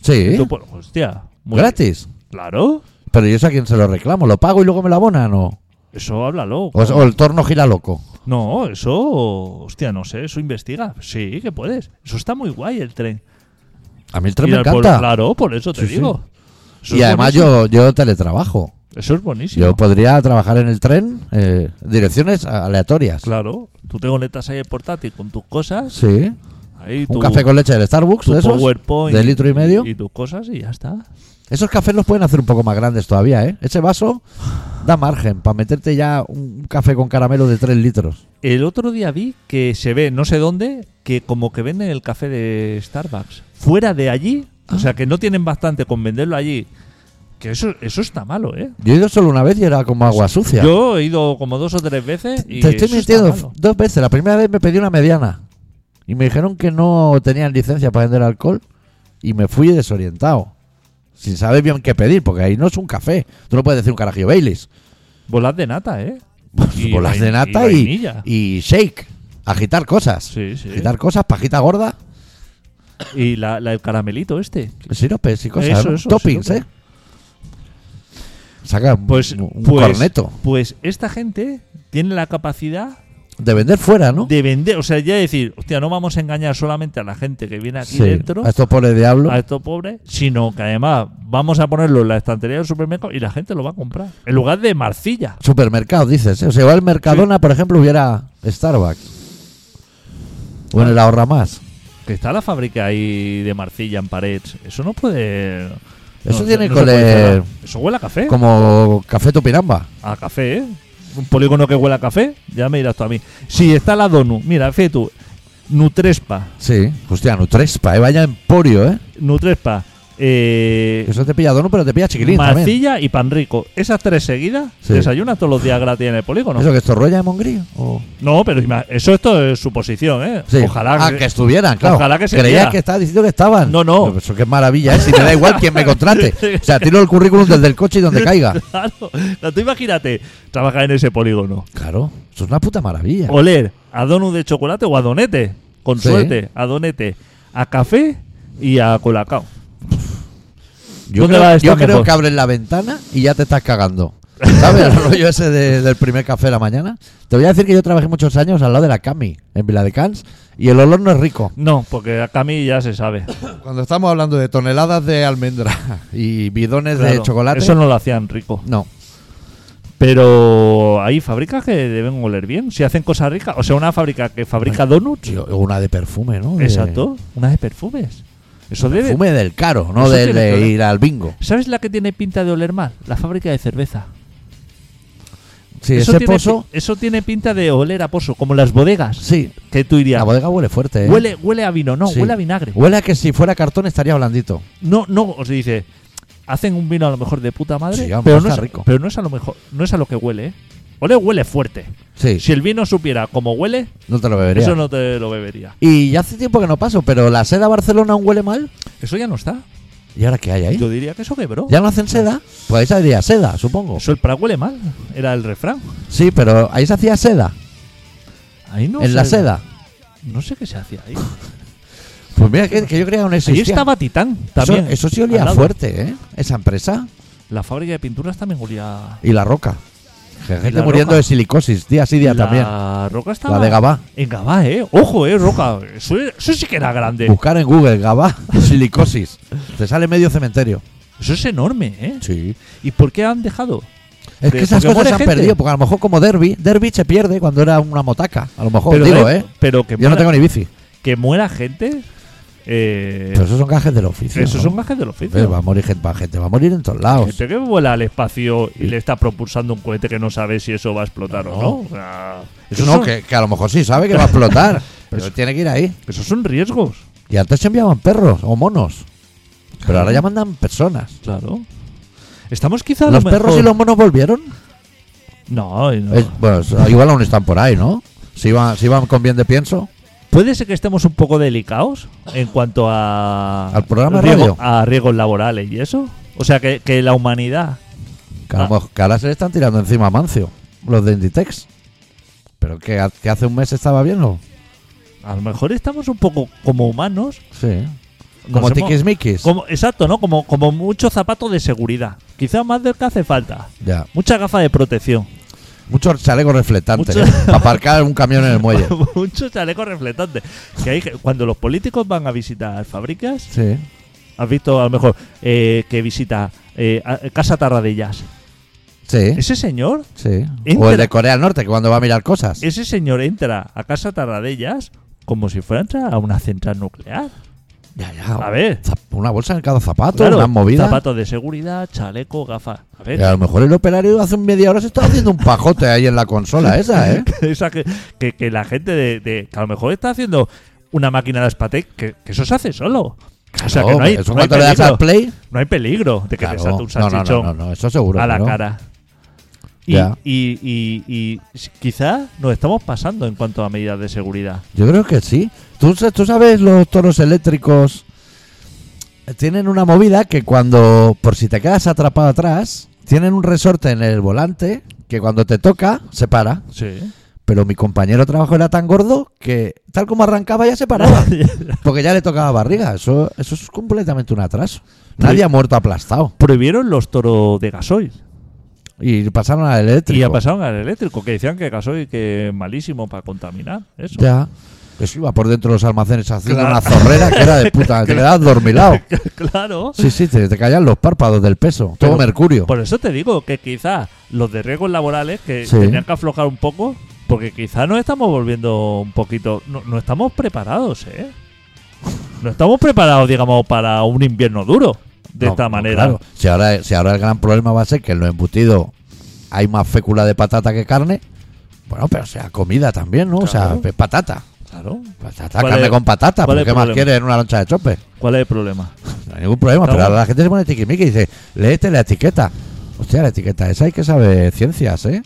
A: Sí,
C: Tú pon- hostia. muy
A: gratis.
C: bien. Claro.
A: Pero yo sé a quién se lo reclamo. ¿Lo pago y luego me lo abonan o,
C: Eso háblalo.
A: o, o el torno gira loco?
C: No, eso... Hostia, no sé. Eso investiga. Sí, que puedes. Eso está muy guay el tren.
A: A mí el tren
C: Ir
A: me
C: al pueblo-
A: encanta.
C: claro, por eso te
A: Sí, sí.
C: digo. Eso
A: y
C: es
A: además yo,
C: buenísimo.
A: yo teletrabajo.
C: Eso es buenísimo.
A: Yo podría trabajar en el tren eh, direcciones a- aleatorias.
C: Claro. Tú te conectas ahí el portátil con tus cosas.
A: Sí.
C: Ahí
A: Un
C: tu,
A: café con leche del Starbucks,
C: tu
A: de esos,
C: PowerPoint.
A: de litro y medio.
C: Y, tus cosas y ya está.
A: Esos cafés los pueden hacer un poco más grandes todavía, ¿eh? Ese vaso da margen para meterte ya un café con caramelo de 3 litros.
C: El otro día vi que se ve, no sé dónde, que como que venden el café de Starbucks. Fuera de allí, o sea que no tienen bastante con venderlo allí. Que eso, eso está malo, ¿eh?
A: Yo he ido solo una vez y era como agua sucia.
C: Yo he ido como dos o tres veces y
A: Te estoy
C: eso está
A: mintiendo
C: malo.
A: dos veces. La primera vez me pedí una mediana y me dijeron que no tenían licencia para vender alcohol y me fui desorientado. Sin saber bien qué pedir, porque ahí no es un café. Tú no puedes decir un carajillo Baileys.
C: Bolas de nata, ¿eh? Y
A: Pues Bolas de
C: vain-
A: nata
C: y
A: y,
C: vainilla.
A: y shake. Agitar cosas.
C: Sí, sí.
A: Agitar cosas, pajita gorda,
C: Y la, la- el caramelito este.
A: siropes y cosas.
C: Eso,
A: ¿no?
C: eso,
A: Toppings,
C: sirope.
A: ¿eh? Saca un-
C: Pues,
A: un, un
C: pues-
A: corneto.
C: Pues esta gente tiene la capacidad
A: De vender fuera, ¿no?
C: de vender. O sea, ya decir, hostia, no vamos a engañar solamente a la gente que viene aquí
A: Sí,
C: dentro,
A: A estos pobres diablos.
C: a estos pobres, sino que además vamos a ponerlo en la estantería del supermercado y la gente lo va a comprar. En lugar de marcilla.
A: Supermercados, dices. ¿eh? O sea, igual Mercadona, por ejemplo, hubiera Starbucks. O en el ahorra más.
C: Que está la fábrica ahí de marcilla en paredes. Eso no puede.
A: Eso
C: no-
A: tiene
C: no
A: que
C: se puede
A: oler-
C: cerrar. Eso huele a café.
A: Como Café Topiramba.
C: A café, ¿eh? Un polígono que huele a café. Ya me dirás tú a mí. Si está la Donu. Mira, fíjate tú. Nutrespa.
A: Sí. Hostia, Nutrespa, ¿eh? Vaya emporio, ¿eh?
C: Nutrespa. Eh,
A: Eso te pilla dono, pero te pilla chiquilín también.
C: Marcilla y pan rico. Esas tres seguidas
A: Sí.
C: desayunas todos los días gratis en el polígono.
A: ¿Eso que esto rolla de Mongrí? O-
C: No, pero ima- eso esto es suposición, ¿eh?
A: Sí.
C: Ojalá
A: Ah, que estuvieran, claro.
C: Ojalá que se
A: Creías
C: diera.
A: que estabas diciendo que estaban.
C: No, no.
A: Pero Eso qué maravilla, ¿eh? Si te da igual quién me contrate. O sea, tiro el currículum desde el coche y donde caiga.
C: Claro, no, tú imagínate trabajar en ese polígono.
A: Claro. Eso es una puta maravilla.
C: Oler a donut de chocolate o a donete, con
A: Sí.
C: suerte, a donete, a café y a colacao.
A: Yo
C: ¿Dónde
A: creo,
C: va a estar
A: yo creo
C: mejor?
A: que abres la ventana y ya te estás cagando. ¿Sabes el rollo ese de- del primer café de la mañana? Te voy a decir que yo trabajé muchos años al lado de la Cami, en Viladecans, y el olor no es rico.
C: No, porque a mí ya se sabe.
A: Cuando estamos hablando de toneladas de almendra y bidones de
C: Claro,
A: chocolate...
C: Eso no lo hacían rico.
A: no.
C: Pero hay fábricas que deben oler bien. Si hacen cosas ricas. O sea, una fábrica que fabrica donuts.
A: Sí, o una de perfume, ¿no? De-
C: Exacto. Una de perfumes. Eso debe.
A: Perfume del caro, no
C: Eso
A: de,
C: tiene
A: de
C: que oler.
A: ir al bingo.
C: ¿Sabes la que tiene pinta de oler mal? La fábrica de cerveza.
A: Sí,
C: eso,
A: ese
C: tiene,
A: pozo...
C: pi- eso tiene pinta de oler a pozo, como las bodegas.
A: Sí,
C: Que tú
A: la
C: dirías.
A: bodega huele fuerte, ¿eh?
C: Huele, huele a vino, no,
A: Sí.
C: huele a vinagre.
A: Huele a que si fuera cartón estaría blandito.
C: No, no, os dice. Hacen un vino a lo mejor de puta madre,
A: Sí, hombre,
C: pero, no
A: está
C: es,
A: rico.
C: pero no es a lo mejor, no es a lo que huele, ¿eh? Ole, huele fuerte.
A: Sí,
C: Si el vino supiera cómo huele,
A: no te lo bebería.
C: eso no te lo bebería.
A: Y ya hace tiempo que no paso, pero la seda Barcelona aún huele mal.
C: Eso ya no está.
A: ¿Y ahora qué hay ahí?
C: Yo diría que eso quebró.
A: ¿Eh? ¿Ya no hacen seda? Pues ahí se hacía seda, supongo.
C: Eso el Prat huele mal, era el refrán.
A: Sí, pero ahí se hacía seda,
C: Ahí no
A: en la
C: sé-
A: seda.
C: No sé qué se hacía ahí.
A: Pues mira, que, que yo creía que no
C: Ahí
A: existía.
C: estaba Titán
A: eso,
C: también.
A: eso sí
C: al
A: olía
C: lado.
A: fuerte, ¿eh? Esa empresa
C: La fábrica de pinturas también olía.
A: y la roca. Gente
C: la
A: muriendo
C: roca.
A: de silicosis, día sí, día
C: la
A: también.
C: roca estaba.
A: La de Gabá.
C: En Gabá, eh. Ojo, eh, roca. Eso, eso sí que era grande.
A: Buscar en Google Gabá, silicosis. Te sale medio cementerio.
C: Eso es enorme, eh.
A: Sí.
C: ¿Y por qué han dejado?
A: Es
C: De-
A: que esas
C: porque
A: cosas
C: muere
A: se han
C: gente.
A: perdido, porque a lo mejor como Derby, Derby se pierde cuando era una motaca. A lo mejor, digo,
C: eh,
A: ¿eh?
C: Pero que
A: Yo
C: muera,
A: no tengo ni bici.
C: que muera gente. Eh,
A: Pero esos son gajes del oficio.
C: esos
A: ¿no?
C: son gajes del
A: Hombre,
C: oficio.
A: va a morir gente, va, gente, va a morir en todos lados.
C: Gente que vuela al espacio y le está propulsando un cohete que no sabe si eso va a explotar o no.
A: No.
C: O sea,
A: Eso
C: esos,
A: no,
C: son,
A: que, que a lo mejor sí sabe que va a explotar, pero tiene que ir ahí.
C: esos son riesgos.
A: Y antes se enviaban perros o monos, pero ahora ya mandan personas.
C: Claro. Estamos quizá. a lo
A: ¿Los perros
C: mejor-
A: y los monos volvieron?
C: No, no.
A: Eh, bueno, eso- igual aún están por ahí, ¿no? Si iban, si iban con bien de pienso.
C: Puede ser que estemos un poco delicados en cuanto a.
A: Al programa de radio.
C: riesgo- A riesgos laborales y eso. O sea, que, que la humanidad.
A: Que, a lo
C: Ah.
A: mejor- que ahora se le están tirando encima a Mancio, los de Inditex. Pero que, ha- que hace un mes estaba bien, ¿no?
C: A lo mejor estamos un poco como humanos.
A: Sí.
C: nos
A: Como
C: hemos-
A: tiquismiquis.
C: como- exacto, ¿no? Como, como mucho zapato de seguridad. Quizás más del que hace falta.
A: Ya.
C: Mucha gafa de protección.
A: Muchos chalecos reflectantes.
C: Mucho-
A: ¿eh? Para aparcar un camión en el muelle.
C: mucho chaleco reflectante. Que hay, ge- cuando los políticos van a visitar fábricas,
A: Sí.
C: has visto a lo mejor eh, que visita eh, a- Casa Tarradellas.
A: Sí.
C: Ese señor
A: Sí. O
C: Entra-
A: el de Corea del Norte, que cuando va a mirar cosas.
C: ese señor entra a casa Tarradellas como si fuera a entrar a una central nuclear.
A: Ya, ya.
C: A ver.
A: Zap- Una bolsa en cada zapato,
C: Claro,
A: una movida.
C: zapatos de seguridad, chaleco, gafas. A ver,
A: Y a lo mejor el operario hace un media hora se está haciendo un pajote ahí en la consola esa, ¿eh?
C: esa que, que- que la gente de, de- que a lo mejor está haciendo una máquina de Aspatec, que, que eso se hace solo. o sea, que no
A: Hombre,
C: hay,
A: eso
C: no hay
A: cuando le das
C: peligro,
A: al play.
C: no hay peligro de que
A: claro.
C: te salte un
A: no, no,
C: salchichón
A: no, no, no, eso seguro.
C: a la
A: que no.
C: cara. Y,
A: Ya.
C: y, y- y s- quizás nos estamos pasando en cuanto a medidas de seguridad.
A: Yo creo que sí. ¿Tú, sa- tú sabes los toros eléctricos tienen una movida que cuando, por si te quedas atrapado atrás, tienen un resorte en el volante que cuando te toca, se para.
C: Sí.
A: Pero mi compañero de trabajo era tan gordo que tal como arrancaba ya se paraba. Porque ya le tocaba barriga. Eso, eso es completamente un atraso. Nadie
C: Sí.
A: ha muerto aplastado.
C: Prohibieron los toros de gasoil.
A: Y pasaron al eléctrico.
C: Y ha pasado al eléctrico, que decían que gasoil que es malísimo para contaminar. Eso.
A: Ya. Eso iba por dentro de los almacenes haciendo
C: Claro.
A: una zorrera que era de puta. Te quedabas dormilado.
C: claro.
A: Sí, sí, te, te caían los párpados del peso.
C: Pero-
A: todo mercurio.
C: Por eso te digo que quizás los de riesgos laborales que
A: Sí.
C: tenían que aflojar un poco, porque quizás nos estamos volviendo un poquito. No, no estamos preparados, ¿eh? No estamos preparados, digamos, para un invierno duro de
A: No,
C: esta
A: no,
C: manera.
A: claro. Si ahora, si ahora el gran problema va a ser que en lo embutido hay más fécula de patata que carne. Bueno, pero sea comida también, ¿no? O
C: Claro.
A: sea, es patata.
C: Claro.
A: Patata,
C: ¿Cuál
A: carne
C: es-
A: con patata.
C: cuál
A: ¿Pero
C: es
A: qué
C: el
A: más
C: problema?
A: quieres en una loncha de chope?
C: ¿Cuál es el problema?
A: No hay ningún problema.
C: Claro.
A: Pero ahora la gente se pone tiquimiqui y dice, léete la etiqueta. Hostia, la etiqueta esa hay que saber ciencias, ¿eh?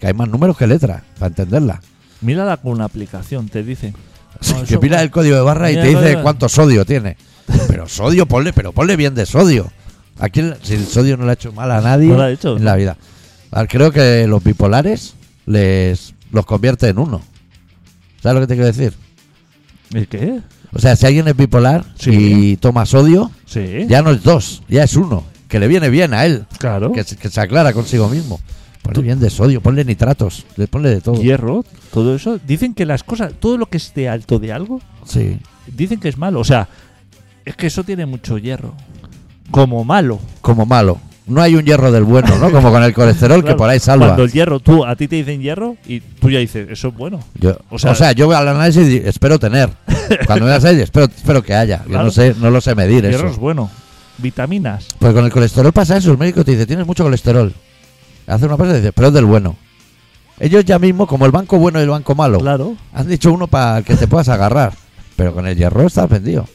A: Que hay más números que letras para entenderla.
C: Mírala con una aplicación, te dicen. No,
A: que
C: eso-
A: mira el código de barra y
C: Mira
A: te
C: el
A: dice
C: código de-
A: cuánto sodio tiene. Pero sodio, ponle, pero ponle bien de sodio. Aquí el- si el sodio no le ha hecho mal a nadie
C: No le ha hecho.
A: en la vida. A ver, Creo que los bipolares les los convierte en uno. ¿Sabes lo que te quiero decir?
C: ¿El qué?
A: O sea, si alguien es bipolar
C: Sí.
A: y toma sodio,
C: Sí.
A: ya no es dos, ya es uno. Que le viene bien a él,
C: Claro.
A: que, se- que se aclara consigo mismo. Ponle bien de sodio, ponle nitratos, le ponle de todo.
C: Hierro, todo eso. Dicen que las cosas, todo lo que esté alto de algo,
A: Sí.
C: dicen que es malo. O sea, es que eso tiene mucho hierro. Como malo.
A: Como malo. No hay un hierro del bueno, ¿no? Como con el colesterol que
C: Claro,
A: por ahí salva.
C: Cuando el hierro, tú, a ti te dicen hierro y tú ya dices, eso es bueno.
A: Yo- o,
C: O
A: sea,
C: sea-
A: yo voy al análisis y di- espero tener. Cuando me das ahí, espero, espero que haya. Yo no
C: Claro.
A: sé, no lo sé medir
C: hierro
A: eso.
C: es bueno. Vitaminas.
A: Pues con el colesterol pasa eso, el médico te dice, tienes mucho colesterol. Hace una prueba y dice, pero es del bueno. Ellos ya mismo, como el banco bueno y el banco malo,
C: Claro.
A: han dicho uno para que te puedas agarrar. Pero con el hierro estás vendido.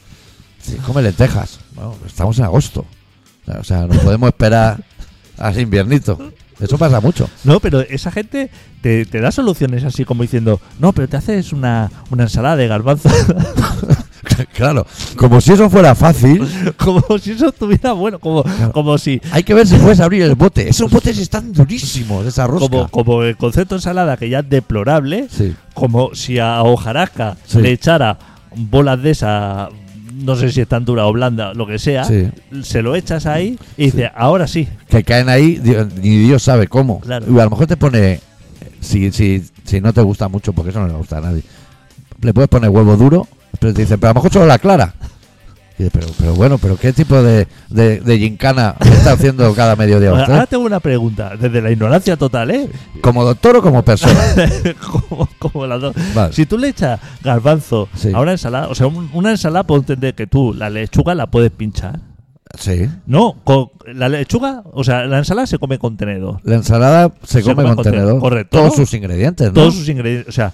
A: Sí, come lentejas. Bueno, estamos en agosto. O sea, no podemos esperar al inviernito. Eso pasa mucho.
C: No, pero esa gente te, te da soluciones así como diciendo, no, pero te haces una, una ensalada de garbanzo.
A: claro, como si eso fuera fácil.
C: como si eso estuviera bueno. Como,
A: Claro.
C: como si.
A: Hay que ver si puedes abrir el bote. Esos botes están durísimos, esa rosca.
C: Como, como el concepto de ensalada que ya es deplorable,
A: Sí.
C: como si a hojarasca
A: Sí.
C: le echara bolas de esa, no sé si es tan dura o blanda, lo que sea,
A: Sí.
C: se lo echas ahí y dices, ahora sí,
A: Que caen ahí, di- ni Dios sabe cómo.
C: Claro.
A: Y a lo mejor te pone, si, si, si no te gusta mucho, porque eso no le gusta a nadie, le puedes poner huevo duro, pero te dicen, pero a lo mejor solo la clara. Y dices, pero, pero bueno, pero ¿qué tipo de, de, de gincana está haciendo cada mediodía
C: Ahora,
A: usted?
C: ahora tengo una pregunta, desde la ignorancia total, ¿eh?
A: ¿Como doctor o como persona?
C: como, como las dos.
A: Vale.
C: Si tú le echas garbanzo
A: Sí.
C: a una ensalada, o sea, un- una ensalada puedo entender que tú la lechuga la puedes pinchar.
A: Sí.
C: No, con la lechuga, o sea, la ensalada se come con tenedor.
A: La ensalada se,
C: Se
A: come
C: come
A: con
C: con
A: tenedor.
C: tenedor, correcto,
A: Todos
C: ¿no?
A: sus ingredientes, ¿no?
C: Todos sus ingredientes, o sea,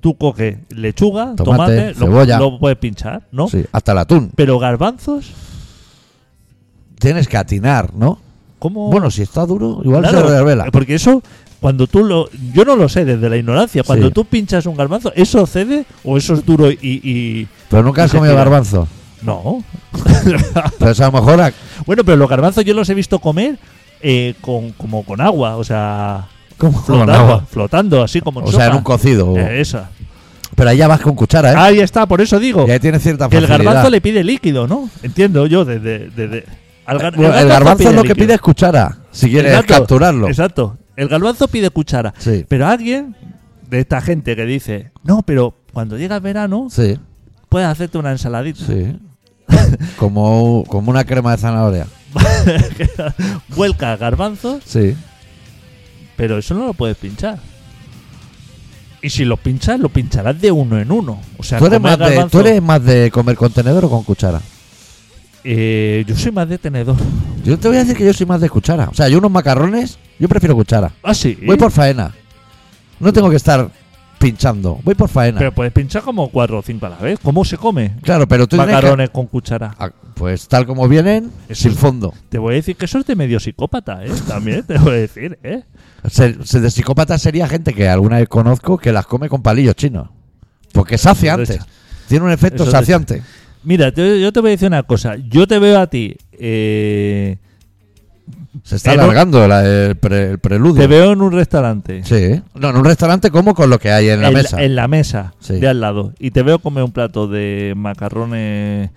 C: tú coges lechuga,
A: Tomate,
C: tomate, lo-
A: cebolla.
C: lo, puedes pinchar, ¿no?
A: Sí, hasta el atún.
C: Pero garbanzos,
A: Tienes que atinar, ¿no?
C: ¿cómo?
A: Bueno, si está duro, igual
C: Oh. Claro,
A: se revela.
C: Porque eso, cuando tú lo. Yo no lo sé desde la ignorancia. Cuando
A: Sí.
C: tú pinchas un garbanzo, ¿eso cede o eso es duro y. y-
A: Pero nunca has
C: y se
A: comido
C: tira?
A: garbanzo.
C: No.
A: Entonces a lo mejor a-
C: bueno, pero los garbanzos yo los he visto comer eh, con, como con agua, o sea. flotando,
A: agua?
C: flotando, así como en
A: O sea, en
C: sopa.
A: un cocido.
C: Eh, esa.
A: Pero ahí ya vas con cuchara, ¿eh?
C: Ahí está, por eso digo.
A: Y ahí tiene cierta
C: Que el
A: facilidad.
C: garbanzo le pide líquido, ¿no? Entiendo yo, desde. desde al gar-
A: Eh, Bueno, el garbanzo lo que
C: líquido.
A: pide es cuchara. Si quieres
C: Exacto,
A: capturarlo.
C: Exacto. El garbanzo pide cuchara.
A: Sí.
C: Pero alguien de esta gente que dice, no, pero cuando llega el verano
A: Sí,
C: puedes hacerte una ensaladita.
A: sí. como, como una crema de zanahoria.
C: Vuelca garbanzos,
A: Sí.
C: pero eso no lo puedes pinchar. Y si lo pinchas, lo pincharás de uno en uno. O sea,
A: ¿Tú eres,
C: comer
A: más de,
C: garbanzo-
A: ¿Tú eres más de comer con tenedor o con cuchara?
C: Eh, yo soy más de tenedor.
A: Yo te voy a decir que yo soy más de cuchara. O sea, yo unos macarrones, yo prefiero cuchara.
C: Ah, sí.
A: Voy por faena. No tengo que estar pinchando. Voy por faena.
C: Pero puedes pinchar como cuatro o cinco a la vez. ¿Cómo se come?
A: claro, pero tú tienes que-
C: Macarones con cuchara.
A: Ah, Pues tal como vienen,
C: Eso
A: sin
C: es-
A: fondo.
C: Te voy a decir que eso es de medio psicópata, ¿eh? También te voy a decir, ¿eh?
A: Se, se- de psicópata sería gente que alguna vez conozco que las come con palillos chinos. Porque sacia
C: Eso
A: antes.
C: es-
A: Tiene un efecto
C: eso es-
A: saciante.
C: Mira, te- yo te voy a decir una cosa. Yo te veo a ti. eh,
A: Se está
C: Eh, no.
A: alargando la- el, pre- el preludio.
C: te veo en un restaurante.
A: Sí. No, en un restaurante como con lo que hay en la mesa.
C: en la mesa
A: Sí.
C: de al lado. Y te veo comer un plato de macarrones.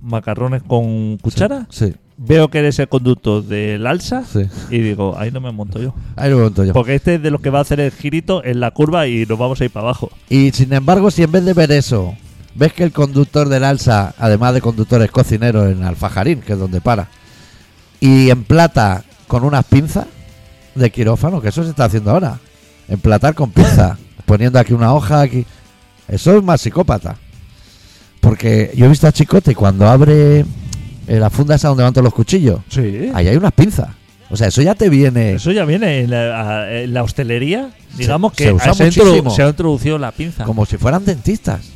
C: Macarrones con cuchara.
A: Sí,
C: Veo que eres el conductor del alza.
A: sí.
C: Y digo, ahí no me monto yo.
A: Ahí lo monto yo.
C: Porque este es de los que va a hacer el girito en la curva y nos vamos a ir para abajo.
A: Y sin embargo, si en vez de ver eso, ves que el conductor del alza, además de conductores cocineros en Alfajarín, que es donde para, y emplata con unas pinzas de quirófano, que eso se está haciendo ahora. Emplatar con pinza, poniendo aquí una hoja, aquí. Eso es más psicópata. Porque yo he visto a Chicote cuando abre eh, la funda esa donde van todos los cuchillos.
C: Sí.
A: Ahí hay unas pinzas. O sea, eso ya te viene.
C: Eso ya viene en la, a- en la hostelería. Digamos
A: Se-
C: que
A: se usa
C: ha- se, ha introdu-
A: muchísimo.
C: se ha introducido la pinza.
A: Como si fueran dentistas.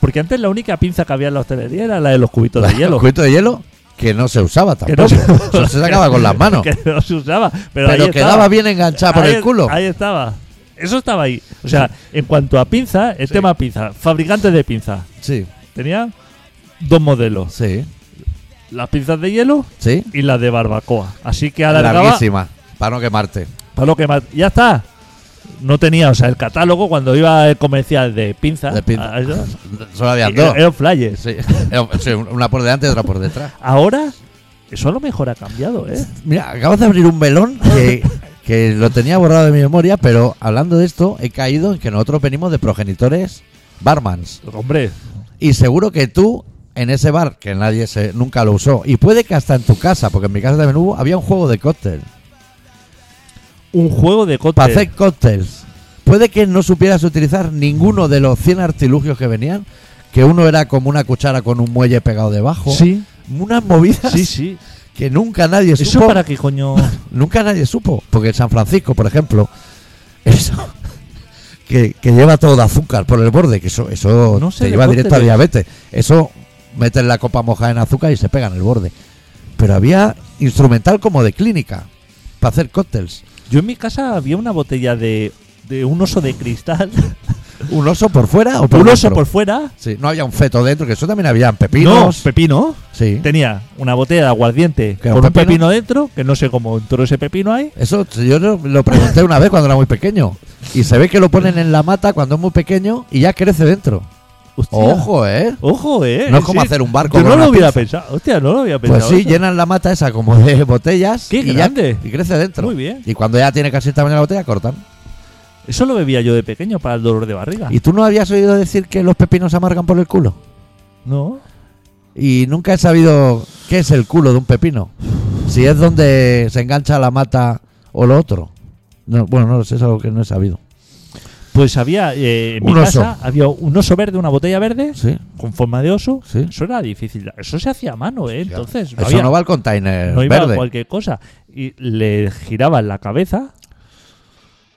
C: Porque antes la única pinza que había en la hostelería era la de los cubitos de hielo.
A: El cuento de hielo que no se usaba
C: que
A: tampoco.
C: no se-
A: Eso se sacaba con las manos.
C: que no se usaba. Pero,
A: pero
C: ahí
A: quedaba
C: estaba.
A: bien enganchada por
C: Ahí-
A: el culo.
C: Ahí estaba. Eso estaba ahí. O sea, en cuanto a pinza, el
A: Sí.
C: tema pinza. Fabricantes de pinza.
A: Sí,
C: Tenía dos modelos.
A: sí,
C: Las pinzas de hielo
A: sí.
C: y las de barbacoa. Así que alargaba
A: Larguísima. Para no quemarte.
C: Para lo que más. Ya está. No tenía, o sea, el catálogo cuando iba el comercial de pinza.
A: De pinza.
C: Ah, a eso,
A: Solo había
C: era,
A: dos.
C: era un flyer.
A: Sí, sí, una por delante y otra por detrás.
C: Ahora, eso a lo mejor ha cambiado, ¿eh?
A: Mira, acabas de abrir un melón que, que lo tenía borrado de mi memoria, pero hablando de esto, he caído en que nosotros venimos de progenitores barmans.
C: Hombre,
A: Y seguro que tú, en ese bar, que nadie se, nunca lo usó, y puede que hasta en tu casa, porque en mi casa también hubo, había un juego de cóctel.
C: un juego de
A: para
C: cóctel.
A: hacer cócteles. Puede que no supieras utilizar ninguno de los 100 artilugios que venían, que uno era como una cuchara con un muelle pegado debajo.
C: Sí,
A: Unas movidas
C: sí, sí.
A: que nunca nadie
C: ¿Eso
A: supo.
C: para qué coño?
A: Nunca nadie supo, porque en San Francisco, por ejemplo, eso que, que lleva todo de azúcar por el borde, que eso, eso
C: No sé,
A: te
C: de
A: lleva
C: borde
A: directo a
C: de-
A: diabetes. Eso meten la copa mojada en azúcar y se pega en el borde. Pero había instrumental como de clínica para hacer cócteles.
C: Yo en mi casa había una botella de, de un oso de cristal.
A: ¿Un oso por fuera Ah, o por
C: un oso
A: dentro?
C: por fuera.
A: Sí, no había un feto dentro, que eso también habían pepinos.
C: No, pepino.
A: sí.
C: Tenía una botella de aguardiente
A: ¿Que
C: con
A: era
C: un
A: un
C: pepino?
A: pepino?
C: dentro, que no sé cómo entró ese pepino ahí.
A: Eso t- yo lo, lo pregunté una vez cuando era muy pequeño. Y se ve que lo ponen en la mata cuando es muy pequeño y ya crece dentro.
C: Hostia.
A: Ojo, ¿eh?
C: Ojo, eh.
A: No es como
C: Sí.
A: hacer un barco
C: Yo
A: con
C: no
A: una
C: lo hubiera
A: pinza.
C: pensado. Hostia, no lo había
A: Pues
C: pensado.
A: sí,
C: eso.
A: llenan la mata esa como de botellas.
C: Qué
A: y ya-
C: grande.
A: y crece dentro.
C: Muy bien.
A: Y cuando ya tiene casi el tamaño de la botella, cortan.
C: Eso lo bebía yo de pequeño para el dolor de barriga.
A: ¿Y tú no habías oído decir que los pepinos amargan por el culo?
C: No.
A: Y nunca he sabido qué es el culo de un pepino. Si es donde se engancha la mata o lo otro. No, bueno, no lo sé, es algo que no he sabido.
C: Pues había eh, en
A: Un
C: mi
A: oso.
C: casa había un oso verde, una botella verde
A: Sí.
C: con forma de oso.
A: Sí.
C: Eso era difícil. Eso se hacía a mano, ¿eh? Entonces
A: Eso
C: había-
A: no va al container
C: no iba a
A: Eh, verde.
C: cualquier cosa. Y le giraban la cabeza,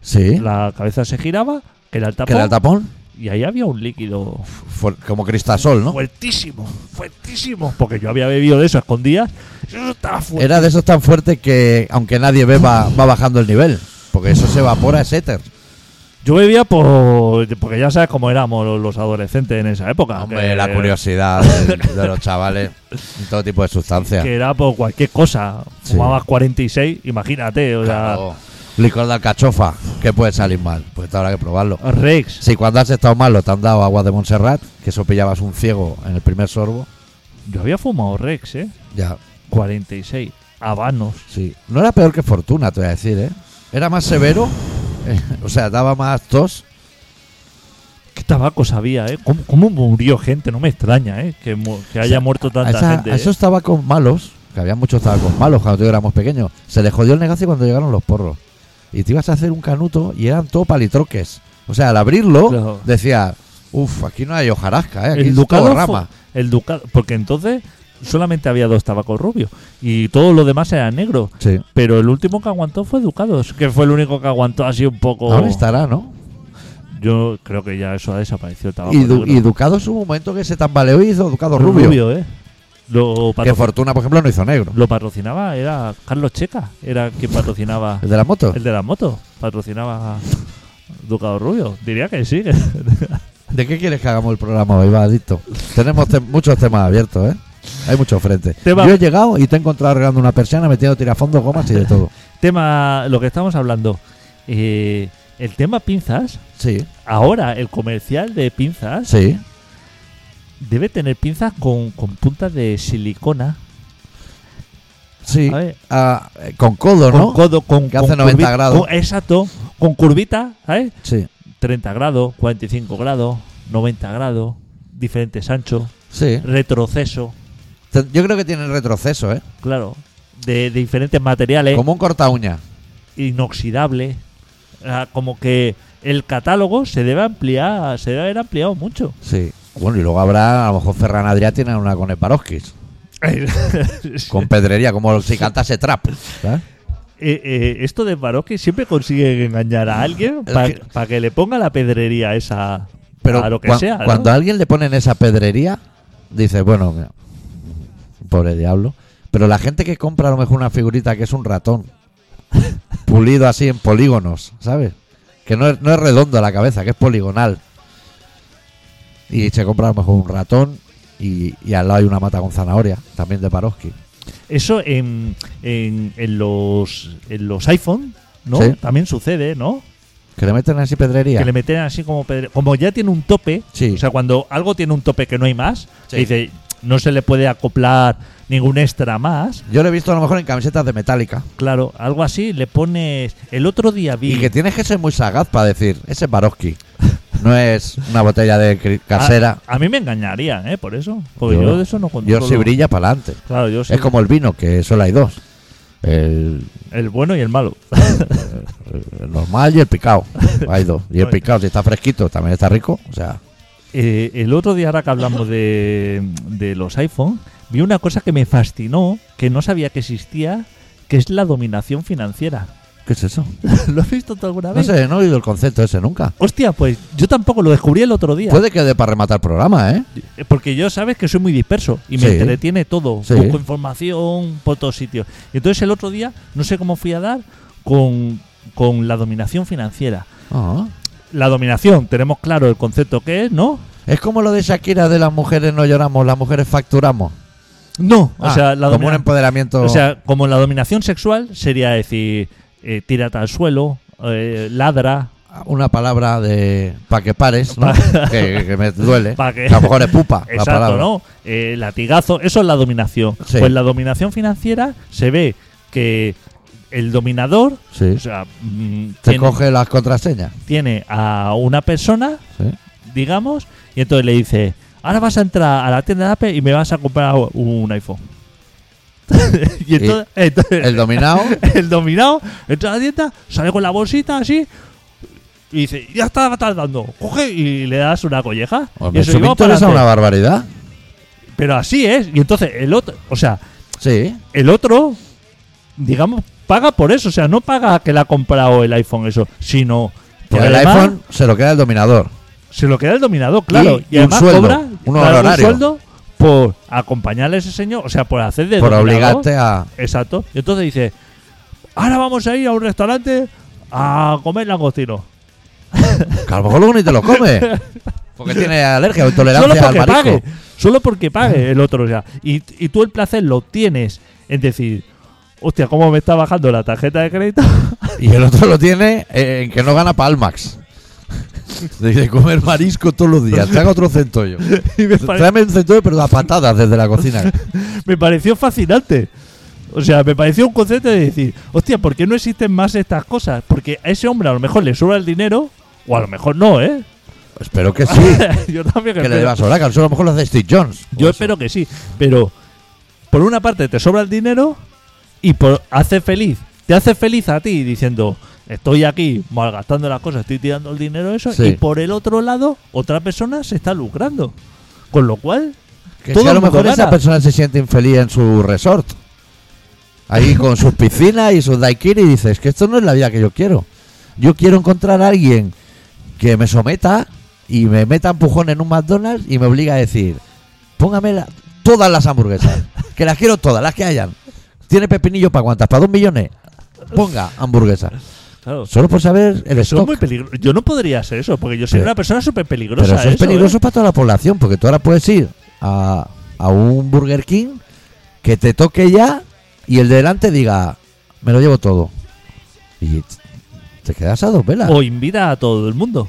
A: Sí.
C: la cabeza se giraba, que era el
A: que
C: tapón,
A: era el tapón.
C: y ahí había un líquido
A: Fu- Como cristasol, ¿no?
C: fuertísimo, fuertísimo, porque yo había bebido de eso a escondidas. Eso estaba fuerte.
A: Era de esos tan fuertes que, aunque nadie ve, va, va bajando el nivel. Porque eso se evapora, es éter.
C: Yo bebía por, porque ya sabes cómo éramos los adolescentes en esa época.
A: Hombre,
C: que-
A: la curiosidad de, de los chavales. y Todo tipo de sustancias.
C: que era por cualquier cosa.
A: Sí.
C: Fumabas 46, imagínate, o
A: Claro. Licor de alcachofa. que puede salir mal? Pues habrá que probarlo.
C: sea, Rex.
A: Si cuando has estado malo te han dado agua de Montserrat, que eso pillabas un ciego en el primer sorbo,
C: Yo había fumado Rex, ¿eh?
A: ya,
C: 46, habanos.
A: sí. No era peor que Fortuna, te voy a decir, ¿eh? Era más severo, eh, o sea, daba más tos.
C: ¿Qué tabaco sabía, eh? ¿Cómo, cómo murió gente? No me extraña, eh, que, mu- que haya muerto
A: A,
C: tanta
A: esa-
C: gente. ¿eh?
A: a esos tabacos malos, que había muchos tabacos malos cuando tú y yo éramos pequeños, se les jodió el negocio cuando llegaron los porros. Y te ibas a hacer un canuto y eran todo palitroques. O sea, al abrirlo,
C: Claro.
A: decía, uff, aquí no hay hojarasca, ¿eh?
C: eh.
A: Aquí
C: el
A: es todo
C: ducado,
A: rama.
C: fu- el ducado, porque entonces solamente había dos tabacos rubios y todo lo demás era negro.
A: Sí.
C: Pero el último que aguantó fue Ducados, que fue el único que aguantó así un poco.
A: Ahora estará, ¿no?
C: Yo creo que ya eso ha desaparecido el tabaco.
A: Y, du-
C: negro.
A: y Ducados hubo un momento que se tambaleó y hizo Ducado
C: Pero
A: Rubio.
C: eh. Lo
A: Que
C: patro-
A: Fortuna, por ejemplo, no hizo negro.
C: lo patrocinaba era Carlos Checa, era quien patrocinaba
A: ¿El de la moto?
C: el de las motos, patrocinaba a Ducado Rubio, diría que sí. que-
A: ¿De qué quieres que hagamos el programa hoy, Vadito? Tenemos te- muchos temas abiertos, ¿eh? Hay muchos frentes.
C: Tema-
A: Yo he llegado y te he encontrado arreglando una persiana, metiendo tirafondos, gomas y de todo.
C: Tema, lo que estamos hablando. Eh, el tema pinzas.
A: Sí,
C: Ahora, el comercial de pinzas
A: sí.
C: debe tener pinzas con, con puntas de silicona.
A: Sí.
C: A ver,
A: Ah, eh, con codo,
C: con
A: ¿no?
C: codo, con,
A: Que
C: con
A: hace 90
C: curvi-
A: grados.
C: con- exacto, con curvita, ¿sabes?
A: Sí,
C: 30 grados, 45 grados, 90 grados, diferentes anchos,
A: sí.
C: retroceso,
A: Te- Yo creo que tienen retroceso, ¿eh?
C: claro, de, de diferentes materiales,
A: Como un corta uña.
C: inoxidable. Ah, Como que el catálogo se debe ampliar, se debe haber ampliado mucho.
A: Sí. Bueno, y luego habrá, a lo mejor Ferran Adrià tiene una con Eparoskis. Con pedrería, como si cantase trap. ¿sabes?
C: Eh, eh, esto de Baroque siempre consigue engañar a alguien
A: Es
C: para
A: que-
C: que le ponga la pedrería esa
A: Pero
C: a lo que
A: cuan-
C: sea. ¿no?
A: cuando a alguien le ponen esa pedrería, dice, bueno, mira, pobre diablo. Pero la gente que compra a lo mejor una figurita que es un ratón, pulido así en polígonos, ¿sabes? Que no es, no es redondo la cabeza, que es poligonal. Y se compra a lo mejor un ratón y, y al lado hay una mata con zanahoria, también de Paroski.
C: Eso en, en, en los en los iPhone, ¿no?
A: Sí.
C: También sucede, ¿no?
A: Que le meten así pedrería.
C: Que le meten así como pedre- Como ya tiene un tope,
A: Sí.
C: o sea, cuando algo tiene un tope que no hay más,
A: Sí.
C: que dice, no se le puede acoplar ningún extra más,
A: Yo lo he visto a lo mejor en camisetas de metálica.
C: claro, algo así, le pones... El otro día vi...
A: Y que tienes que ser muy sagaz para decir, ese es Barovsky. No es una botella de cri-
C: a-
A: casera.
C: A, mí me engañarían, ¿eh? Por eso. Porque
A: Yo-
C: yo, de eso Ah, no
A: Yo
C: controlo.
A: si brilla para adelante.
C: Claro, yo sí.
A: Es como el vino, que solo hay dos. El,
C: El bueno y el malo.
A: el normal y el picado. Hay dos. Y el
C: No,
A: picado, si está fresquito, también está rico. O sea,
C: Eh, el otro día, ahora que hablamos de, de los iPhone, vi una cosa que me fascinó, que no sabía que existía, que es la dominación financiera.
A: ¿qué es eso?
C: ¿Lo has visto tú alguna
A: No
C: vez?
A: sé, no he oído el concepto ese nunca.
C: Hostia, pues yo tampoco lo descubrí el otro día.
A: Puede que dé para rematar programa, ¿eh?
C: Eh, Porque yo sabes que soy muy disperso y me
A: Sí.
C: entretiene todo.
A: Sí.
C: Busco información por todos sitios. Y entonces el otro día, no sé cómo fui a dar con, con la dominación financiera.
A: Ah.
C: La dominación, tenemos claro el concepto que es, ¿no?
A: Es como lo de Shakira de las mujeres no lloramos, las mujeres facturamos.
C: No, o
A: Ah,
C: sea, la
A: como un
C: domina-
A: empoderamiento.
C: O sea, como la dominación sexual sería decir, eh, tírate al suelo, eh, ladra,
A: una palabra de para que pares, ¿no? que, que me duele.
C: Pa' que-
A: A lo mejor es pupa la
C: exacto,
A: palabra.
C: ¿no? Eh, latigazo, eso es la dominación.
A: Sí.
C: Pues la dominación financiera se ve que el dominador,
A: Sí.
C: o sea, mm,
A: Te
C: tiene,
A: coge las contraseñas.
C: tiene a una persona,
A: Sí.
C: digamos, y entonces le dice, ahora vas a entrar a la tienda de Apple y me vas a comprar un iPhone. y entonces, entonces-
A: El dominado.
C: el dominado, entra a la dieta, sale con la bolsita así y dice, ya estaba tardando. Coge y le das una colleja.
A: Hombre,
C: y eso
A: eso
C: iba
A: me
C: para
A: interesa una
C: adelante.
A: barbaridad.
C: Pero así es. Y entonces el otro, o sea,
A: Sí.
C: el otro, digamos, paga por eso. O sea, no paga que le ha comprado el iPhone eso, sino que
A: Porque el
C: además
A: iPhone se lo queda el dominador.
C: se lo queda el dominador, claro.
A: Y-
C: Y,
A: y un
C: además
A: sueldo,
C: cobra
A: un
C: claro,
A: honorario.
C: sueldo por acompañarle a ese señor, o sea, por hacer de
A: Por
C: dominador.
A: obligarte a.
C: Exacto. Y entonces dice, ahora vamos a ir a un restaurante a comer langostino.
A: Que a lo mejor luego ni te lo come. Porque tiene alergia o
C: Solo
A: intolerancia al
C: porque pague.
A: marisco.
C: Solo porque pague el otro. O sea, y, y tú el placer lo obtienes en decir, hostia, ¿cómo me está bajando la tarjeta de crédito?
A: Y el otro lo tiene eh, en que no gana Palmax. Dice comer marisco todos los días. Traga otro centollo.
C: y me, pare-
A: Tráeme un centollo, pero a patadas desde la cocina.
C: me pareció fascinante. O sea, me pareció un concepto de decir, hostia, ¿por qué no existen más estas cosas? Porque a ese hombre a lo mejor le sobra el dinero, o a lo mejor no, ¿eh?
A: Espero que sí.
C: Yo también
A: que le
C: espero.
A: deba sobrar, que a lo mejor lo hace Steve Jones.
C: Yo espero que sí, pero por una parte te sobra el dinero y por hace feliz, te hace feliz a ti diciendo estoy aquí malgastando las cosas, estoy tirando el dinero eso
A: Sí.
C: y por el otro lado otra persona se está lucrando, con lo cual
A: Que
C: todo
A: si a lo
C: el mundo
A: mejor esa
C: gana.
A: persona se siente infeliz en su resort. Ahí con sus piscinas y sus daiquiri y dices que esto no es la vida que yo quiero. Yo quiero encontrar a alguien que me someta y me meta empujón en un McDonald's y me obliga a decir, póngame la- todas las hamburguesas, que las quiero todas, las que hayan. Tiene pepinillo para cuantas, para dos millones. Ponga hamburguesas.
C: Claro.
A: Solo por saber el
C: Son
A: stock.
C: muy peligro- Yo no podría hacer eso, porque yo soy
A: Pero-
C: una persona súper peligrosa.
A: Pero eso es
C: ¿eh?
A: peligroso para toda la población, porque tú ahora puedes ir a, a un Burger King que te toque ya y el de delante diga, me lo llevo todo. Y t- te quedas a dos velas.
C: O invita a todo el mundo.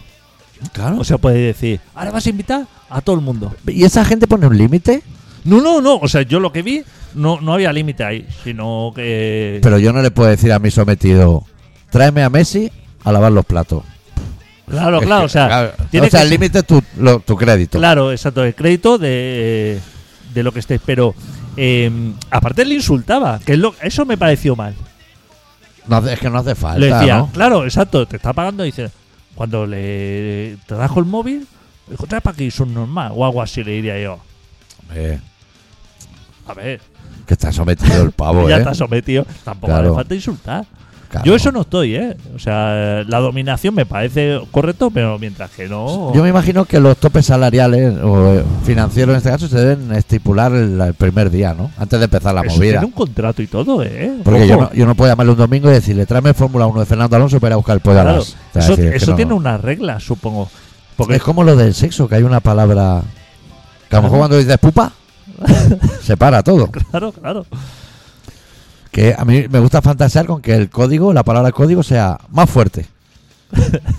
A: Claro.
C: O sea, puede decir, ahora vas a invitar a todo el mundo.
A: ¿Y esa gente pone un límite?
C: No, no, no. O sea, yo lo que vi, no, no había límite ahí, sino que.
A: Pero yo no le puedo decir a mi sometido, tráeme a Messi a lavar los platos.
C: claro,
A: Es
C: claro.
A: que,
C: O sea,
A: claro,
C: tiene
A: o sea,
C: que
A: el
C: ser-
A: límite es tu, lo- tu crédito.
C: Claro, exacto, el crédito de, de lo que estés. Pero eh, aparte le insultaba, que es lo, eso me pareció mal.
A: No hace- es que no hace falta.
C: le decía,
A: ¿no?
C: claro, exacto, te está pagando, dice, cuando le te trajo el móvil, dijo, trae para aquí, son normal, o algo así le diría yo.
A: Eh,
C: A ver,
A: que está sometido el pavo,
C: ya
A: ¿eh?
C: está sometido, tampoco
A: Claro.
C: hace falta insultar.
A: Claro.
C: Yo eso no estoy, ¿eh? O sea, la dominación me parece correcto, pero mientras que no...
A: Yo me imagino que los topes salariales o eh, financieros en este caso se deben estipular el, el primer día, ¿no? Antes de empezar la
C: Eso
A: movida.
C: tiene un contrato y todo, ¿eh?
A: Porque yo
C: Ojo.
A: no, yo no puedo llamarle un domingo y decirle, tráeme Fórmula 1 de Fernando Alonso para ir a buscar el pollo a
C: Claro,
A: las". O sea,
C: eso,
A: decir, es que
C: eso
A: no-
C: tiene unas reglas, supongo. Porque
A: Es como lo del sexo, que hay una palabra que a lo mejor cuando dices pupa, se para todo.
C: Claro, claro.
A: Que a mí me gusta fantasear con que el código, la palabra código sea más fuerte.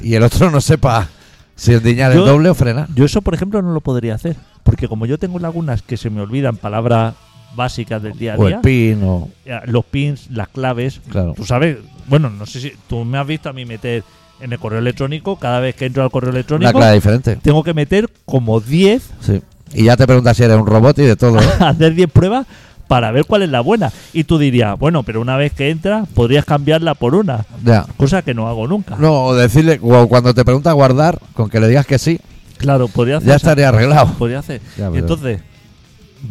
A: Y el otro no sepa si es diñar el
C: Yo-
A: doble o frenar.
C: Yo eso, por ejemplo, no lo podría hacer. Porque como yo tengo lagunas que se me olvidan palabras básicas del día a
A: O el
C: día,
A: pin o...
C: eh, los pins, las claves,
A: Claro.
C: tú sabes, bueno, no sé si tú me has visto a mí meter en el correo electrónico, cada vez que entro al correo
A: Una
C: electrónico,
A: clave diferente.
C: tengo que meter como 10,
A: Sí. Y ya te preguntas si eres un robot y de todo. ¿eh?
C: hacer 10 pruebas para ver cuál es la buena. Y tú dirías, bueno, pero una vez que entras, podrías cambiarla por una,
A: Ya.
C: cosa que no hago nunca.
A: No, o decirle, o cuando te pregunta guardar, con que le digas que sí,
C: Claro, podría hacer
A: ya estaría arreglado.
C: podría hacer.
A: Ya,
C: y
A: pero-
C: entonces,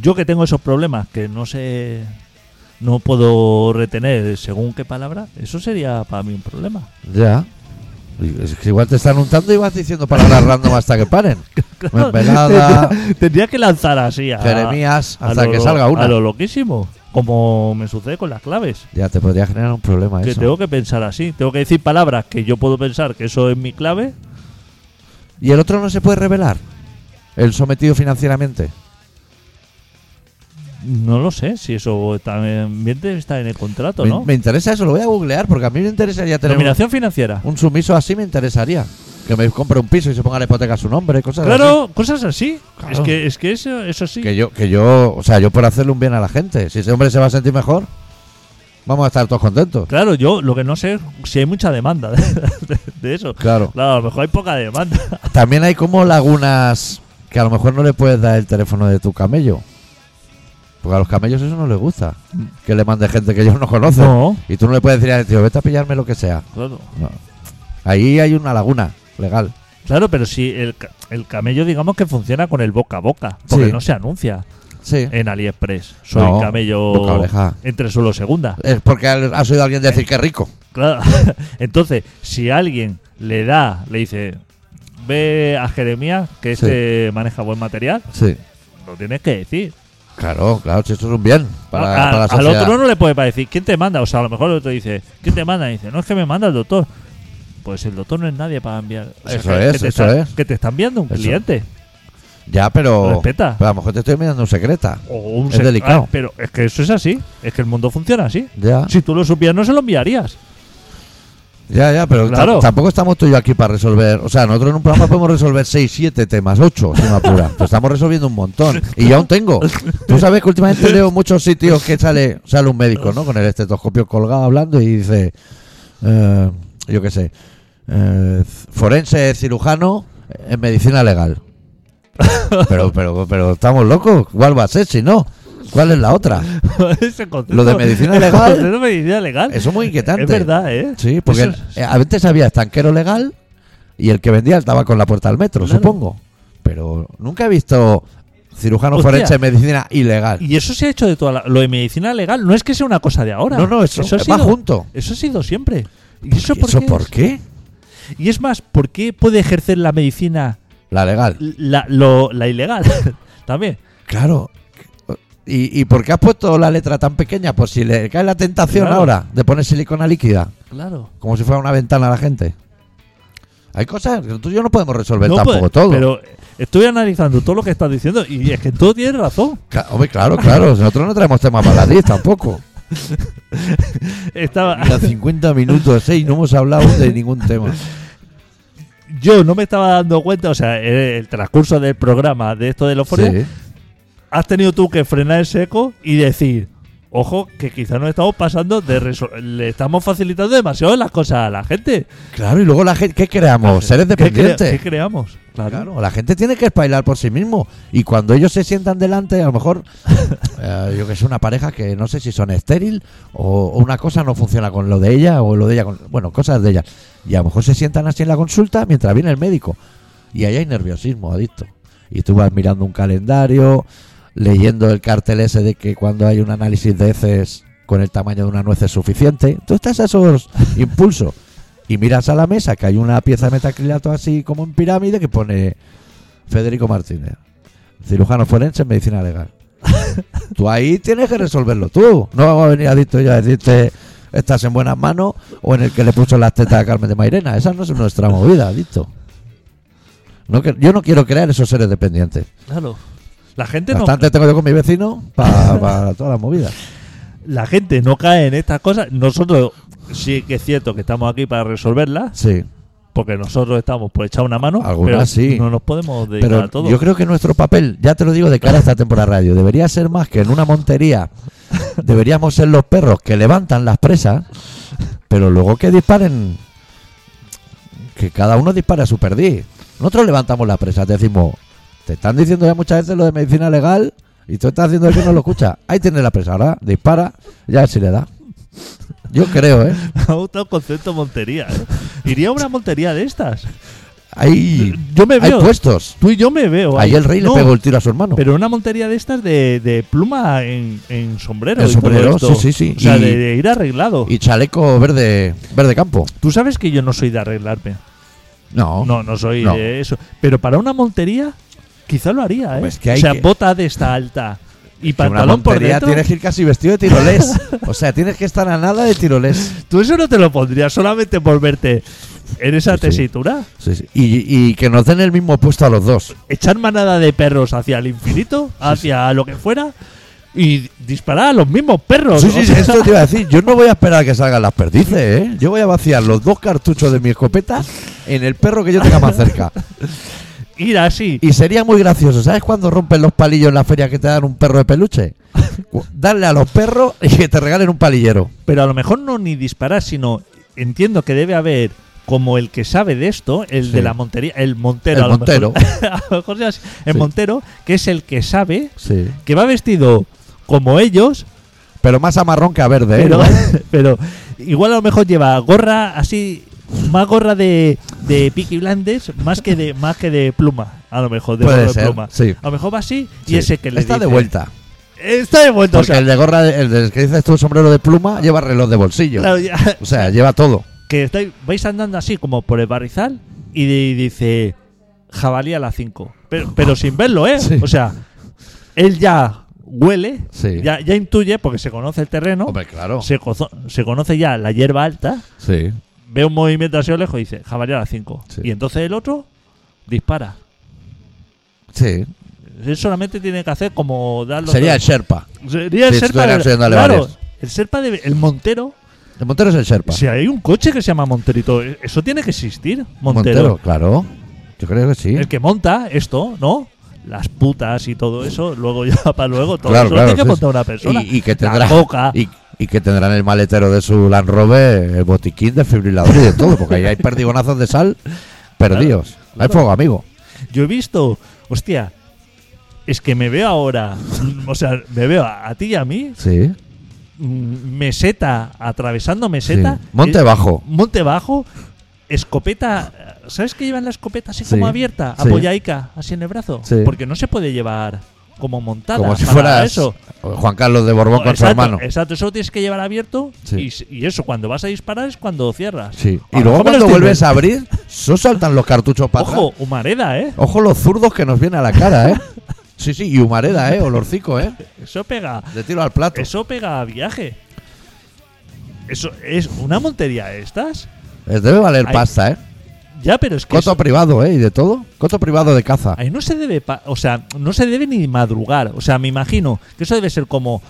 C: yo que tengo esos problemas, que no sé, no puedo retener según qué palabra, eso sería para mí un problema.
A: Ya. Y es que igual te están untando y vas diciendo palabras random hasta que paren. Pues Mermelada,
C: Tendría- Tendría que lanzar así a,
A: Jeremías,
C: a
A: hasta
C: lo-
A: que salga
C: A
A: una.
C: lo loquísimo, como me sucede con las claves.
A: Ya te podría generar un problema
C: Que
A: eso.
C: tengo que pensar así, tengo que decir palabras que yo puedo pensar que eso es mi clave.
A: Y el otro no se puede revelar. El sometido financieramente.
C: No lo sé si eso también está en el contrato,
A: me,
C: ¿no?
A: me interesa eso, lo voy a googlear porque a mí me interesaría tener un,
C: Dominación financiera.
A: un sumiso así, me interesaría. Que me compre un piso y se ponga la hipoteca a su nombre, cosas así.
C: Claro, cosas así.
A: Claro.
C: Es que es que eso, eso sí.
A: Que yo, que yo, o sea, yo por hacerle un bien a la gente. Si ese hombre se va a sentir mejor, vamos a estar todos contentos.
C: Claro, yo lo que no sé es si hay mucha demanda de, de- de eso.
A: Claro.
C: Claro, a lo mejor hay poca demanda.
A: También hay como lagunas que a lo mejor no le puedes dar el teléfono de tu camello. Porque a los camellos eso no les gusta. Que le mande gente que ellos no conocen.
C: No,
A: Y tú no le puedes decir al tío, vete a pillarme lo que sea.
C: claro.
A: No. Ahí hay una laguna legal.
C: Claro, pero si el, ca- el camello, digamos que funciona con el boca a boca, porque
A: Sí.
C: no se anuncia
A: Sí.
C: en AliExpress. Soy
A: No, boca a
C: camello
A: oreja.
C: entre solo segunda.
A: Es porque al- has oído a alguien decir que rico.
C: Claro. Entonces, si alguien le da, le dice, ve a Jeremías, que
A: Sí.
C: este maneja buen material,
A: Sí.
C: lo tienes que decir.
A: Claro, claro, si eso es un bien para,
C: A-
A: para la
C: Ah, al
A: sociedad.
C: otro no le puede decir ¿quién te manda? O sea, a lo mejor el otro dice, ¿quién te manda? Y dice, no es que me manda el doctor. Pues el doctor no es nadie para enviar. O sea,
A: Eso
C: que-
A: es,
C: que te
A: eso
C: está-
A: es.
C: Que te está enviando un
A: Eso.
C: cliente.
A: Ya, pero,
C: Respeta.
A: pero a lo mejor te estoy mirando un secreta.
C: O un
A: Es
C: sec-
A: delicado.
C: Ah, pero es que eso es así. Es que el mundo funciona así.
A: Ya,
C: Si tú lo supieras, no se lo enviarías.
A: ya, ya, pero ta-
C: Claro.
A: tampoco estamos tú y yo aquí para resolver. O sea, nosotros en un programa podemos resolver 6, 7 temas, 8, si me apura. Pero estamos resolviendo un montón. Y yo aún tengo. Tú sabes que últimamente leo en muchos sitios que sale, sale un médico, ¿no? Con el estetoscopio colgado hablando y dice, eh, yo qué sé, eh, forense cirujano en medicina legal. Pero, pero, pero estamos locos. ¿Cuál va a ser si no? ¿Cuál es la otra?
C: Ese concepto-
A: Lo de medicina
C: el
A: legal-
C: concepto de medicina legal.
A: Eso es muy inquietante.
C: Es verdad, ¿eh?
A: Sí, porque
C: Eso es-
A: eh, a veces había estanquero legal y el que vendía el tabaco en la puerta del metro,
C: Claro.
A: supongo. Pero nunca he visto cirujano
C: Hostia.
A: forense en medicina ilegal.
C: Y eso se ha hecho de toda la- Lo de medicina legal no es que sea una cosa de ahora.
A: No, no, eso,
C: ha
A: va
C: sido-
A: junto.
C: Eso ha sido siempre. ¿Y eso,
A: ¿Y
C: por qué es?
A: qué?
C: Y es más, ¿por qué puede ejercer la medicina
A: La legal.
C: la, lo- la ilegal? También.
A: Claro. ¿Y, ¿Y por qué has puesto la letra tan pequeña? Por si le cae la tentación
C: Claro.
A: ahora de poner silicona líquida.
C: Claro.
A: Como si fuera una ventana a la gente. Hay cosas que tú y yo no podemos resolver
C: No,
A: tampoco
C: pues,
A: todo.
C: Pero estoy analizando todo lo que estás diciendo y es que todo tiene razón.
A: Ca- hombre, claro, claro. Nosotros no traemos temas para la 10 tampoco.
C: Estaba,
A: Mira, 50 minutos, 6, no hemos hablado de ningún tema.
C: yo no me estaba dando cuenta, o sea, el, el transcurso del programa de esto de los foros,
A: Sí.
C: has tenido tú que frenar el seco y decir, ojo, que quizá nos estamos pasando de resol- le estamos facilitando demasiado las cosas a la gente.
A: Claro, y luego la gente, ¿qué creamos? Seres
C: ¿Qué cre-
A: dependientes.
C: ¿Qué creamos? Claro.
A: Claro, la gente tiene que bailar por sí mismo. Y cuando ellos se sientan delante, a lo mejor, eh, yo que sé, una pareja que no sé si son estéril o, o una cosa no funciona con lo de ella o lo de ella con. Bueno, cosas de ella. Y a lo mejor se sientan así en la consulta mientras viene el médico. Y ahí hay nerviosismo, adicto. Y tú vas mirando un calendario, leyendo el cartel ese de que cuando hay un análisis de heces con el tamaño de una nuez es suficiente. Tú estás a esos impulsos y miras a la mesa que hay una pieza de metacrilato así como en pirámide que pone Federico Martínez, cirujano forense en medicina legal. tú ahí tienes que resolverlo tú. No vamos a venir adicto ya a decirte estás en buenas manos o en el que le puso las tetas a Carmen de Mairena. Esa no es nuestra movida, adicto. No que- yo no quiero crear esos seres dependientes.
C: claro. La gente no
A: Bastante tengo yo con mi vecino para todas las movidas.
C: la gente no cae en estas cosas. Nosotros sí que es cierto que estamos aquí para resolverlas,
A: Sí.
C: porque nosotros estamos por echar una mano,
A: Algunas
C: pero
A: sí.
C: no nos podemos dedicar
A: Pero
C: a todo.
A: yo creo que nuestro papel, ya te lo digo de cara a esta temporada radio, debería ser más que en una montería. Deberíamos ser los perros que levantan las presas, pero luego que disparen. Que cada uno dispare a su perdiz. Nosotros levantamos las presas, te decimos, te están diciendo ya muchas veces lo de medicina legal y tú estás haciendo el que no lo escucha. Ahí tienes la presa, ahora dispara, ya si le da. Yo creo, ¿eh?
C: Me ha gustado el concepto montería. ¿eh? Iría a una montería de estas.
A: Hay,
C: Yo me
A: hay
C: veo.
A: puestos.
C: Tú y yo me veo.
A: Ahí el rey
C: No,
A: le pegó el tiro a su hermano.
C: Pero una montería de estas de, de pluma en, en sombrero.
A: En
C: y todo
A: sombrero,
C: esto.
A: sí, sí, sí.
C: O sea,
A: Y-
C: de, de ir arreglado.
A: Y chaleco verde verde campo.
C: Tú sabes que yo no soy de arreglarme.
A: No.
C: No, no soy
A: No.
C: de eso. Pero para una montería, quizá lo haría, ¿eh?
A: Hombre, es que hay
C: o sea,
A: que-
C: bota de esta alta y
A: Que una
C: pantalón por
A: montería
C: dentro.
A: Tienes que ir casi vestido de tirolés. o sea, tienes que estar a nada de tirolés.
C: Tú eso no te lo pondrías solamente por verte en esa
A: Pues Sí, sí.
C: tesitura.
A: Sí, sí. Y, y que nos den el mismo puesto a los dos.
C: Echar manada de perros hacia el infinito, hacia lo que fuera, y disparar a los mismos perros.
A: Sí,
C: O
A: sí, sí,
C: sea,
A: esto te iba a decir. Yo no voy a esperar a que salgan las perdices, ¿eh? Yo voy a vaciar los dos cartuchos de mi escopeta en el perro que yo tenga más cerca.
C: Ir así.
A: Y sería muy gracioso. ¿Sabes cuando rompen los palillos en la feria que te dan un perro de peluche? Cu- Darle a los perros y que te regalen un palillero.
C: Pero a lo mejor no ni disparar, sino entiendo que debe haber como el que sabe de esto, el
A: Sí.
C: de la montería, el montero.
A: El
C: a lo
A: montero.
C: mejor. a lo mejor sea así. El
A: Sí.
C: montero, que es el que sabe,
A: Sí.
C: que va vestido como ellos,
A: Eh, Pero más a marrón que a verde, ¿eh?
C: pero, pero igual a lo mejor lleva gorra así, más gorra de, de Peaky Blinders, más que de, más que de pluma. A lo mejor, de,
A: Puede
C: gorro de
A: ser,
C: pluma.
A: sí.
C: A lo mejor va así y
A: Sí.
C: ese que le
A: Está de
C: dice-
A: vuelta.
C: Está de vuelta, o
A: Porque
C: sea,
A: el de gorra, el del que dices tú sombrero de
C: Ah.
A: pluma, lleva reloj de bolsillo.
C: claro, ya-
A: O sea, lleva todo.
C: que estáis, vais andando así como por el barrizal y di- dice jabalí a las 5. Pero, pero sin verlo, ¿eh?
A: Sí.
C: O sea, él ya huele,
A: Sí.
C: ya, ya intuye porque se conoce el terreno,
A: Hombre, claro.
C: se, cozo- se conoce ya la hierba alta,
A: Sí.
C: ve un movimiento así a lo lejos y dice jabalí a las 5.
A: Sí.
C: Y entonces el otro dispara.
A: Sí.
C: Él solamente tiene que hacer como darlo.
A: Sería el Sherpa.
C: Sería el
A: si
C: serpa.
A: estuvieran estudiando
C: claro,
A: alemanes.
C: el serpa de, el montero.
A: El Montero es el Sherpa.
C: Si hay un coche que se llama Monterito, e-, eso tiene que existir.
A: Montero, claro. Yo creo que sí.
C: el que monta esto, ¿no? Las putas y todo eso, luego ya para luego, todo
A: Claro,
C: eso
A: claro,
C: lo tiene
A: sí,
C: que montar
A: sí.
C: una persona.
A: Y, y que
C: La
A: tendrá,
C: coca.
A: y, y que tendrán el maletero de su Land Rover, el botiquín, desfibrilador y de todo, porque ahí hay perdigonazos de sal perdidos. Hay
C: claro.
A: fuego, amigo.
C: Yo he visto, hostia, es que me veo ahora, mm, o sea, me veo a, a ti y a mí,
A: Sí.
C: mm, meseta, atravesando
A: sí.
C: meseta.
A: Monte
C: eh,
A: bajo.
C: Monte bajo, escopeta. ¿Sabes que llevan la escopeta así
A: Sí,
C: como abierta,
A: sí.
C: apoyaica, así en el brazo?
A: Sí.
C: Porque no se puede llevar como montada
A: Como si
C: para
A: fueras
C: eso.
A: Juan Carlos de Borbón
C: Oh,
A: con su
C: exacto,
A: hermano.
C: Exacto, eso lo tienes que llevar abierto
A: Sí.
C: y s- y, eso, cuando vas a disparar es cuando cierras.
A: Sí.
C: A
A: Y luego
C: lo mejor me lo
A: cuando
C: estoy
A: vuelves a
C: inventando.
A: abrir, so saltan los cartuchos para
C: Ojo, Humareda, ¿eh?
A: Ojo los zurdos que nos viene a la cara, ¿eh? Sí, sí, y humareda, ¿eh? Olorcico, ¿eh?
C: Eso pega.
A: De tiro al plato.
C: Eso pega a viaje. Eso es una montería de estas.
A: Eh, Debe valer
C: Hay-
A: pasta, ¿eh?
C: Ya, pero es que
A: Coto
C: eso-
A: privado, ¿eh? Y de todo. Coto privado de caza.
C: ahí no se debe, pa- o sea, no se debe ni madrugar. O sea, me imagino que eso debe ser como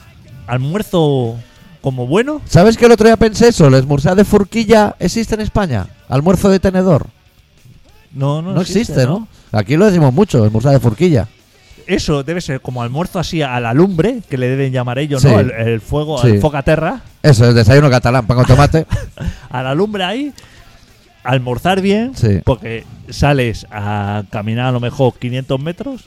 C: almuerzo como bueno.
A: ¿Sabes que el otro día pensé eso? ¿La esmursá de furquilla existe en España? Almuerzo de tenedor.
C: No, no,
A: No, existe, ¿no? Aquí lo decimos mucho, esmursá de furquilla.
C: Eso debe ser como almuerzo así a la lumbre, que le deben llamar ellos,
A: Sí.
C: ¿no? El, el fuego,
A: Sí.
C: el focaterra.
A: Eso es desayuno catalán, pan con tomate.
C: A la lumbre ahí, almorzar bien,
A: Sí.
C: porque sales a caminar a lo mejor 500 metros,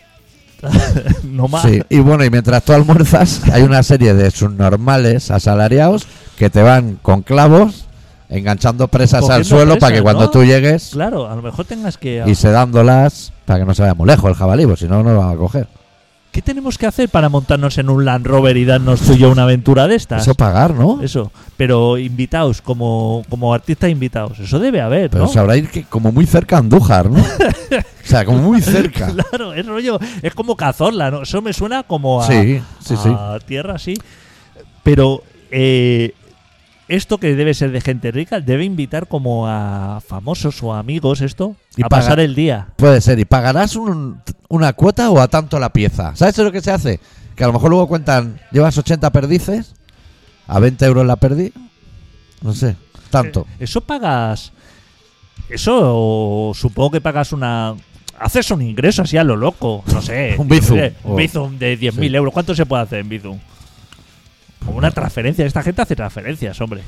C: no más.
A: Sí, y bueno, y mientras tú almuerzas, hay una serie de subnormales asalariados que te van con clavos enganchando presas al
C: Cogiendo
A: suelo para
C: presas,
A: que cuando
C: ¿no?
A: tú llegues
C: Claro, a lo mejor tengas que... ah,
A: y sedándolas para que no se vaya muy lejos el jabalí, pues si no, no lo van a coger.
C: ¿Qué tenemos que hacer para montarnos en un Land Rover y darnos tú y yo una aventura de estas?
A: Eso es pagar, ¿no?
C: Eso. Pero invitados, como, como artistas invitados. Eso debe haber,
A: Pero
C: ¿no?
A: se habrá ir que como muy cerca a Andújar, ¿no? o sea, como muy cerca.
C: Claro, es rollo. Es como cazorla, ¿no? Eso me suena como a,
A: Sí, sí, sí.
C: a tierra, sí. Pero eh, esto que debe ser de gente rica, debe invitar como a famosos o amigos esto
A: Y
C: a
A: paga-
C: pasar el día.
A: Puede ser, y pagarás un- una cuota o a tanto la pieza. ¿Sabes lo que se hace? Que a lo mejor luego cuentan, llevas 80 perdices, a 20 euros la perdí, no sé, tanto.
C: Eh, eso pagas. Eso supongo que pagas una. Haces un ingreso así a lo loco, no sé.
A: Un Bizum,
C: Eh, Un
A: o-
C: Bizum de 10.000
A: sí.
C: euros. ¿Cuánto se puede hacer en Bizum? Como una transferencia. Esta gente hace transferencias, hombre.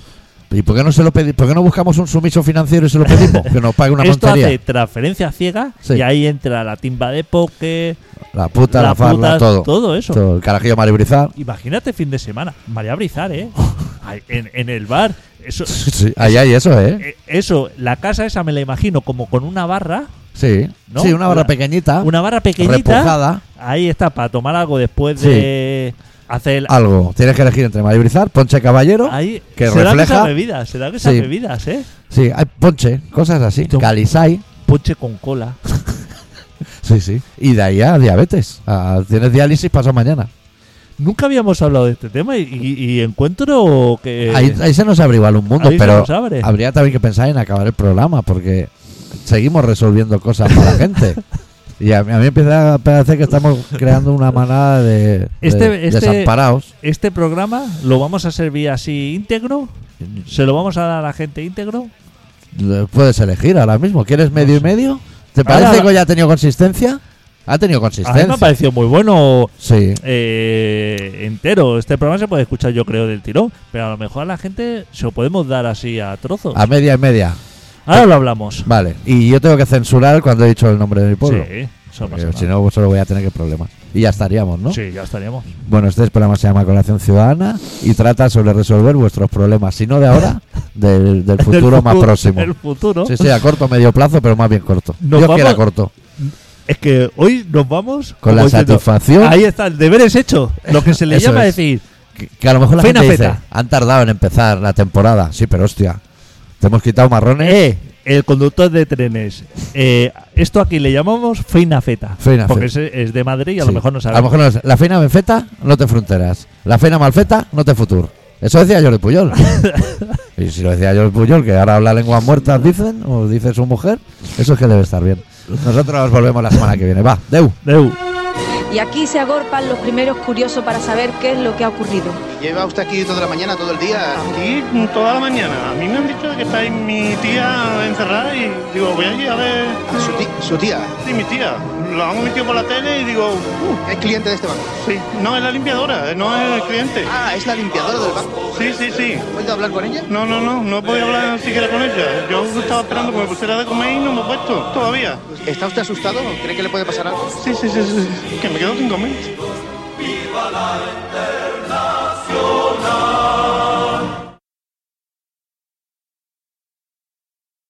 A: ¿Y por qué no se lo pedimos? ¿Por qué no buscamos un sumiso financiero y se lo pedimos? Que nos pague una
C: Esto
A: tontería.
C: hace transferencia ciega
A: Sí.
C: y ahí entra la timba de poke,
A: La puta, la,
C: la
A: farla,
C: puta,
A: todo.
C: todo eso.
A: el carajillo maribrizar.
C: Imagínate fin de semana. María Brizar, ¿eh?
A: Oh.
C: Ay, en, en el bar. Eso,
A: Sí, ahí hay eso, ¿eh?
C: eh, eso, la casa esa me la imagino como con una barra.
A: Sí.
C: ¿no?
A: Sí, una barra
C: Una-
A: pequeñita,
C: Una barra pequeñita.
A: Ah. repujada,
C: Ahí está, para tomar algo después de hacer el...
A: algo. Tienes que elegir entre maribrizar, ponche caballero.
C: Ahí
A: Ah, que
C: se dan
A: refleja-
C: esas bebidas, se dan esas
A: Sí.
C: bebidas, ¿eh?
A: Sí, hay ponche, cosas así.
C: Tú-
A: Calisay.
C: Ponche con cola.
A: Sí, sí. Y de ahí a diabetes. A- tienes diálisis pasado mañana.
C: Nunca habíamos hablado de este tema y, y- y encuentro que...
A: ahí, ahí se nos abre igual un mundo,
C: Eh, ahí se
A: pero
C: nos abre.
A: habría también que pensar en acabar el programa porque seguimos resolviendo cosas para la gente. Y a mí, a mí empieza a parecer que estamos creando una manada de, de-
C: Este- este-
A: desamparados.
C: Este programa lo vamos a servir así íntegro. Se lo vamos a dar a la gente íntegro.
A: Eh, Puedes elegir ahora mismo. ¿Quieres medio y medio? ¿Te
C: Ahora
A: parece
C: la-
A: que hoy ha tenido consistencia? Ha tenido
C: A mí me ha
A: consistencia.
C: parecido muy bueno
A: Sí.
C: eh, entero. Este programa se puede escuchar, yo creo, del tirón. Pero a lo mejor a la gente se lo podemos dar así a trozos.
A: A media y media.
C: Ahora lo hablamos.
A: Ah, Vale. Y yo tengo que censurar cuando he dicho el nombre de mi pueblo.
C: Sí, eso no
A: Porque
C: pasa
A: si
C: nada.
A: no, solo voy a tener que problemas. Y ya estaríamos, ¿no?
C: Sí, ya estaríamos.
A: Bueno, este programa se llama Colación Ciudadana y trata sobre resolver vuestros problemas, si no de ahora, del, del futuro más próximo.
C: El futuro.
A: Sí, sí, a corto, medio plazo, pero más bien corto.
C: Nos
A: Dios
C: vamos-
A: quiera corto.
C: Es que hoy nos vamos
A: Con la
C: como diciendo,
A: satisfacción.
C: Ahí está, el deber es hecho. Lo que se le
A: Eso
C: llama
A: es.
C: decir.
A: Que, que a lo mejor la
C: Fena
A: gente
C: feta.
A: dice, han tardado en empezar la temporada. Sí, pero hostia, te hemos quitado marrones.
C: Eh, el conductor de trenes. Eh, esto aquí le llamamos feina feta.
A: Feina
C: porque
A: feta.
C: es, es de Madrid y a
A: Sí.
C: lo mejor no
A: A
C: sabe.
A: lo mejor no es- La feina bien feta, no te fronteras. La feina mal feta, no te futur. Eso decía Jordi Puyol. y si lo decía Jordi Puyol, que ahora habla lenguas muertas, dicen, o dice su mujer, eso es que debe estar bien. Nosotros volvemos la semana que viene. Va, Deu.
C: Deu.
D: Y aquí se agorpan los primeros curiosos para saber qué es lo que ha ocurrido.
E: Lleva usted aquí toda la mañana, todo el día.
F: Aquí toda la mañana. A mí me han dicho que está ahí mi tía encerrada y digo, voy allí a ver
E: A su, ti- su tía.
F: Sí, mi tía. La han metido por la tele y digo, uh,
E: Es cliente de este banco.
F: sí. No, es la limpiadora, eh, no es el cliente.
E: Ah, es la limpiadora del banco.
F: Sí, sí, sí.
E: ¿Has podido hablar con ella?
F: No, no, no, no podía hablar siquiera con ella. Yo estaba esperando que me pusiera de comer y no me he puesto todavía.
E: ¿Está usted asustado? ¿Cree que le puede pasar algo?
F: Sí, sí, sí, sí. Que me quedo sin comer.